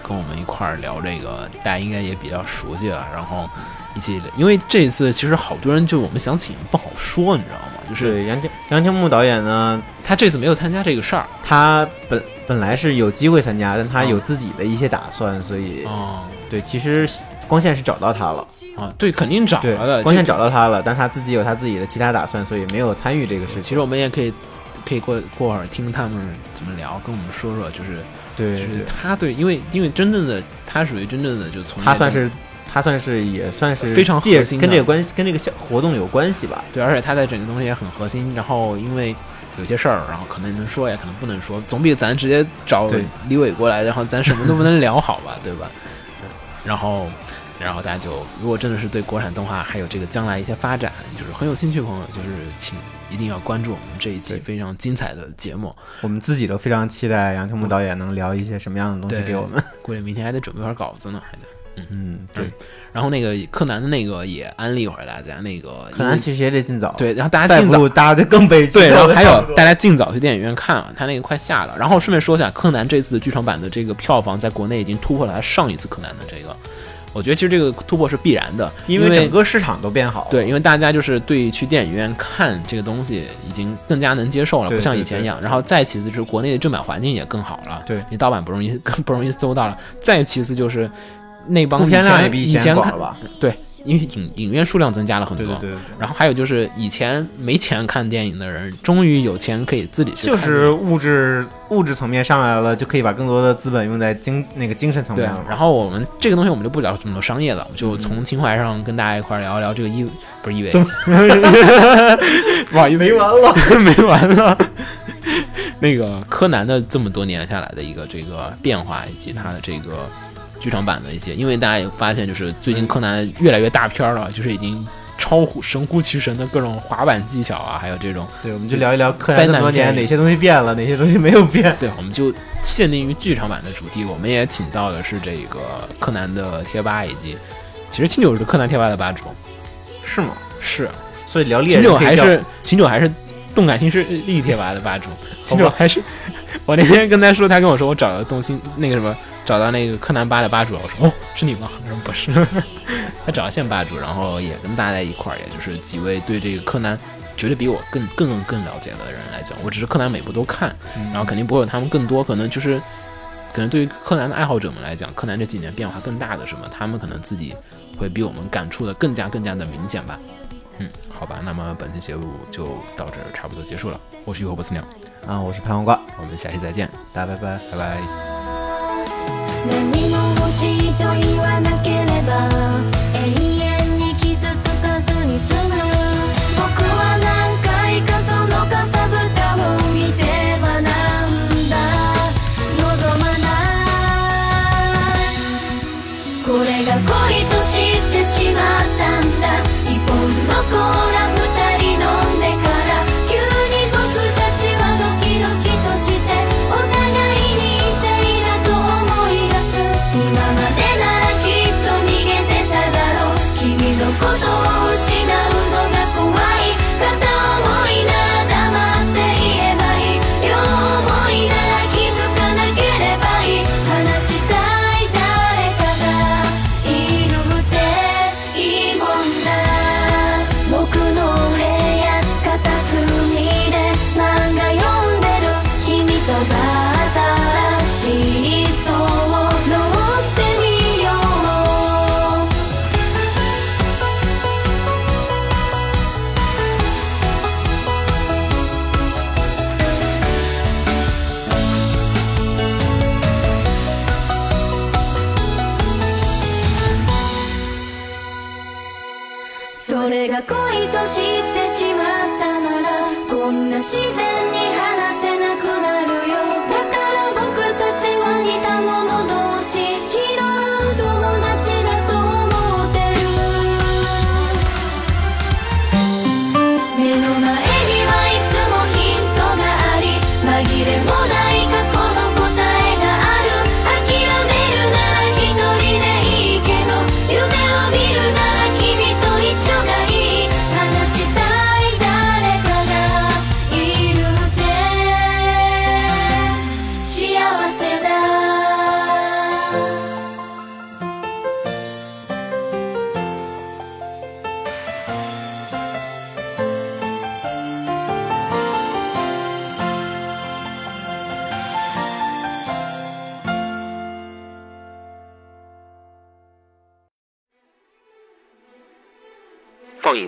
[SPEAKER 1] 跟我们一块儿聊这个，大家应该也比较熟悉了，然后一起，因为这一次其实好多人就我们想请不好说，你知道吗？就是
[SPEAKER 2] 啊对杨天杨天木导演呢，
[SPEAKER 1] 他这次没有参加这个事儿，
[SPEAKER 2] 他本本来是有机会参加，但他
[SPEAKER 1] 嗯
[SPEAKER 2] 有自己的一些打算，所以
[SPEAKER 1] 啊、
[SPEAKER 2] 对，其实光线是找到他了，
[SPEAKER 1] 啊，对，肯定找
[SPEAKER 2] 对
[SPEAKER 1] 了的，，
[SPEAKER 2] 光线
[SPEAKER 1] 这
[SPEAKER 2] 找到他了，但他自己有他自己的其他打算，所以没有参与这个事情。
[SPEAKER 1] 其实我们也可以。可以过过会儿听他们怎么聊，跟我们说说，就是就
[SPEAKER 2] 对
[SPEAKER 1] 是
[SPEAKER 2] 对，
[SPEAKER 1] 他对，因为因为真正的他属于真正的就从业
[SPEAKER 2] 他算
[SPEAKER 1] 者
[SPEAKER 2] 是他算是也算是
[SPEAKER 1] 非常核
[SPEAKER 2] 借
[SPEAKER 1] 心的
[SPEAKER 2] 跟这个关系跟这个小活动有关系吧。
[SPEAKER 1] 对，而且他在整个东西也很核心。然后因为有些事儿，然后可能能说，也可能不能说，总比咱直接找
[SPEAKER 2] 对
[SPEAKER 1] 李伟过来，然后咱什么都不能聊好吧，对吧？然后，然后大家就如果真的是对国产动画还有这个将来一些发展，就是很有兴趣的朋友，就是请一定要关注我们这一期
[SPEAKER 2] 对
[SPEAKER 1] 非常精彩的节目。
[SPEAKER 2] 我们自己都非常期待杨天木导演能聊一些什么样的东西
[SPEAKER 1] 对
[SPEAKER 2] 给我们。
[SPEAKER 1] 估计明天还得准备会儿稿子呢，还得。
[SPEAKER 2] 嗯，对
[SPEAKER 1] 嗯，然后那个柯南的那个也安利会儿大家，那个
[SPEAKER 2] 柯南其实也得尽早，，
[SPEAKER 1] 对，然后大家
[SPEAKER 2] 再
[SPEAKER 1] 尽早
[SPEAKER 2] 不大家就更悲剧。
[SPEAKER 1] 对，然后还有大家
[SPEAKER 2] 家
[SPEAKER 1] 尽早去电影院看啊，他那个快下了。然后顺便说一下，柯南这次的剧场版的这个票房在国内已经突破了他上一次柯南的这个，我觉得其实这个突破是必然的，
[SPEAKER 2] 因
[SPEAKER 1] 为
[SPEAKER 2] 为整个市场都变好了，
[SPEAKER 1] 对，因为大家就是对去电影院看这个东西已经更加能接受了，
[SPEAKER 2] 对
[SPEAKER 1] 不像
[SPEAKER 2] 对
[SPEAKER 1] 以前
[SPEAKER 2] 对
[SPEAKER 1] 一样。然后再其次就是国内的正版环境也更好了，
[SPEAKER 2] 对
[SPEAKER 1] 你盗版不容易 不容易搜到了。再其次就是那帮
[SPEAKER 2] 通
[SPEAKER 1] 以
[SPEAKER 2] 片量也
[SPEAKER 1] 前
[SPEAKER 2] 比
[SPEAKER 1] 以
[SPEAKER 2] 前
[SPEAKER 1] 前
[SPEAKER 2] 广
[SPEAKER 1] 看
[SPEAKER 2] 了吧？
[SPEAKER 1] 对，因为影影院数量增加了很多，
[SPEAKER 2] 对对对对。
[SPEAKER 1] 然后还有就是以前没钱看电影的人，终于有钱可以自己去看
[SPEAKER 2] 就
[SPEAKER 1] 了，
[SPEAKER 2] 是物质物质层面上来了，就可以把更多的资本用在精那个精神层
[SPEAKER 1] 对
[SPEAKER 2] 面了。。
[SPEAKER 1] 然后我们这个东西我们就不聊这么多商业了，我们就从情怀上跟大家一块儿聊一聊这个意不是意味， 不好意思，没完了， 没完了。 那个柯南的这么多年下来的一个这个变化，以及它的这个剧场版的一些，因为大家也发现，就是最近柯南越来越大片儿了，就是已经超乎神乎其神的各种滑板技巧啊，还有这种
[SPEAKER 2] 对，我们就聊一聊柯
[SPEAKER 1] 灾
[SPEAKER 2] 南这么
[SPEAKER 1] 难
[SPEAKER 2] 多年
[SPEAKER 1] 片
[SPEAKER 2] 哪些东西变了，哪些东西没有变。
[SPEAKER 1] 对，我们就限定于剧场版的主题。我们也请到的是这个柯南的贴吧，以及其实秦九是柯南贴吧的吧主，
[SPEAKER 2] 是吗？
[SPEAKER 1] 是
[SPEAKER 2] 所以聊猎
[SPEAKER 1] 秦
[SPEAKER 2] 人
[SPEAKER 1] 九
[SPEAKER 2] 可以
[SPEAKER 1] 还
[SPEAKER 2] 叫
[SPEAKER 1] 是秦九还是动感新势力贴吧的吧主，秦九还是我那天跟他说，他跟我说我找到动心那个什么，找到那个柯南吧的吧主了，我说哦是你吗？他说不是， 他找到现吧主，然后也跟大家一块儿，也就是几位对这个柯南。绝对比我更更更了解的人来讲，我只是柯南每部都看，
[SPEAKER 2] 嗯
[SPEAKER 1] 然后肯定不会有他们更多，可能就是，可能对于柯南的爱好者们来讲，柯南这几年变化更大的什么，他们可能自己会比我们感触的更加更加的明显吧。嗯，好吧，那么本期节目就到这儿差不多结束了。我是雨后不死鸟，
[SPEAKER 2] 啊，我是潘黄瓜，
[SPEAKER 1] 我们下期再见，
[SPEAKER 2] 大家拜拜。
[SPEAKER 1] 拜拜。
[SPEAKER 4] 何も欲しいと言わなければ永遠に傷つかずに済む僕は何回かそのかさぶたを見て学んだ望まないこれが恋と知ってしまったんだ一本のコーラ二人飲んでから急に僕たちはドキドキとしてお互いに異性だと思い出す今までならきっと逃げてただ
[SPEAKER 1] 放映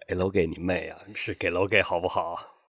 [SPEAKER 5] 哎给楼给你妹啊！是给楼给好不好？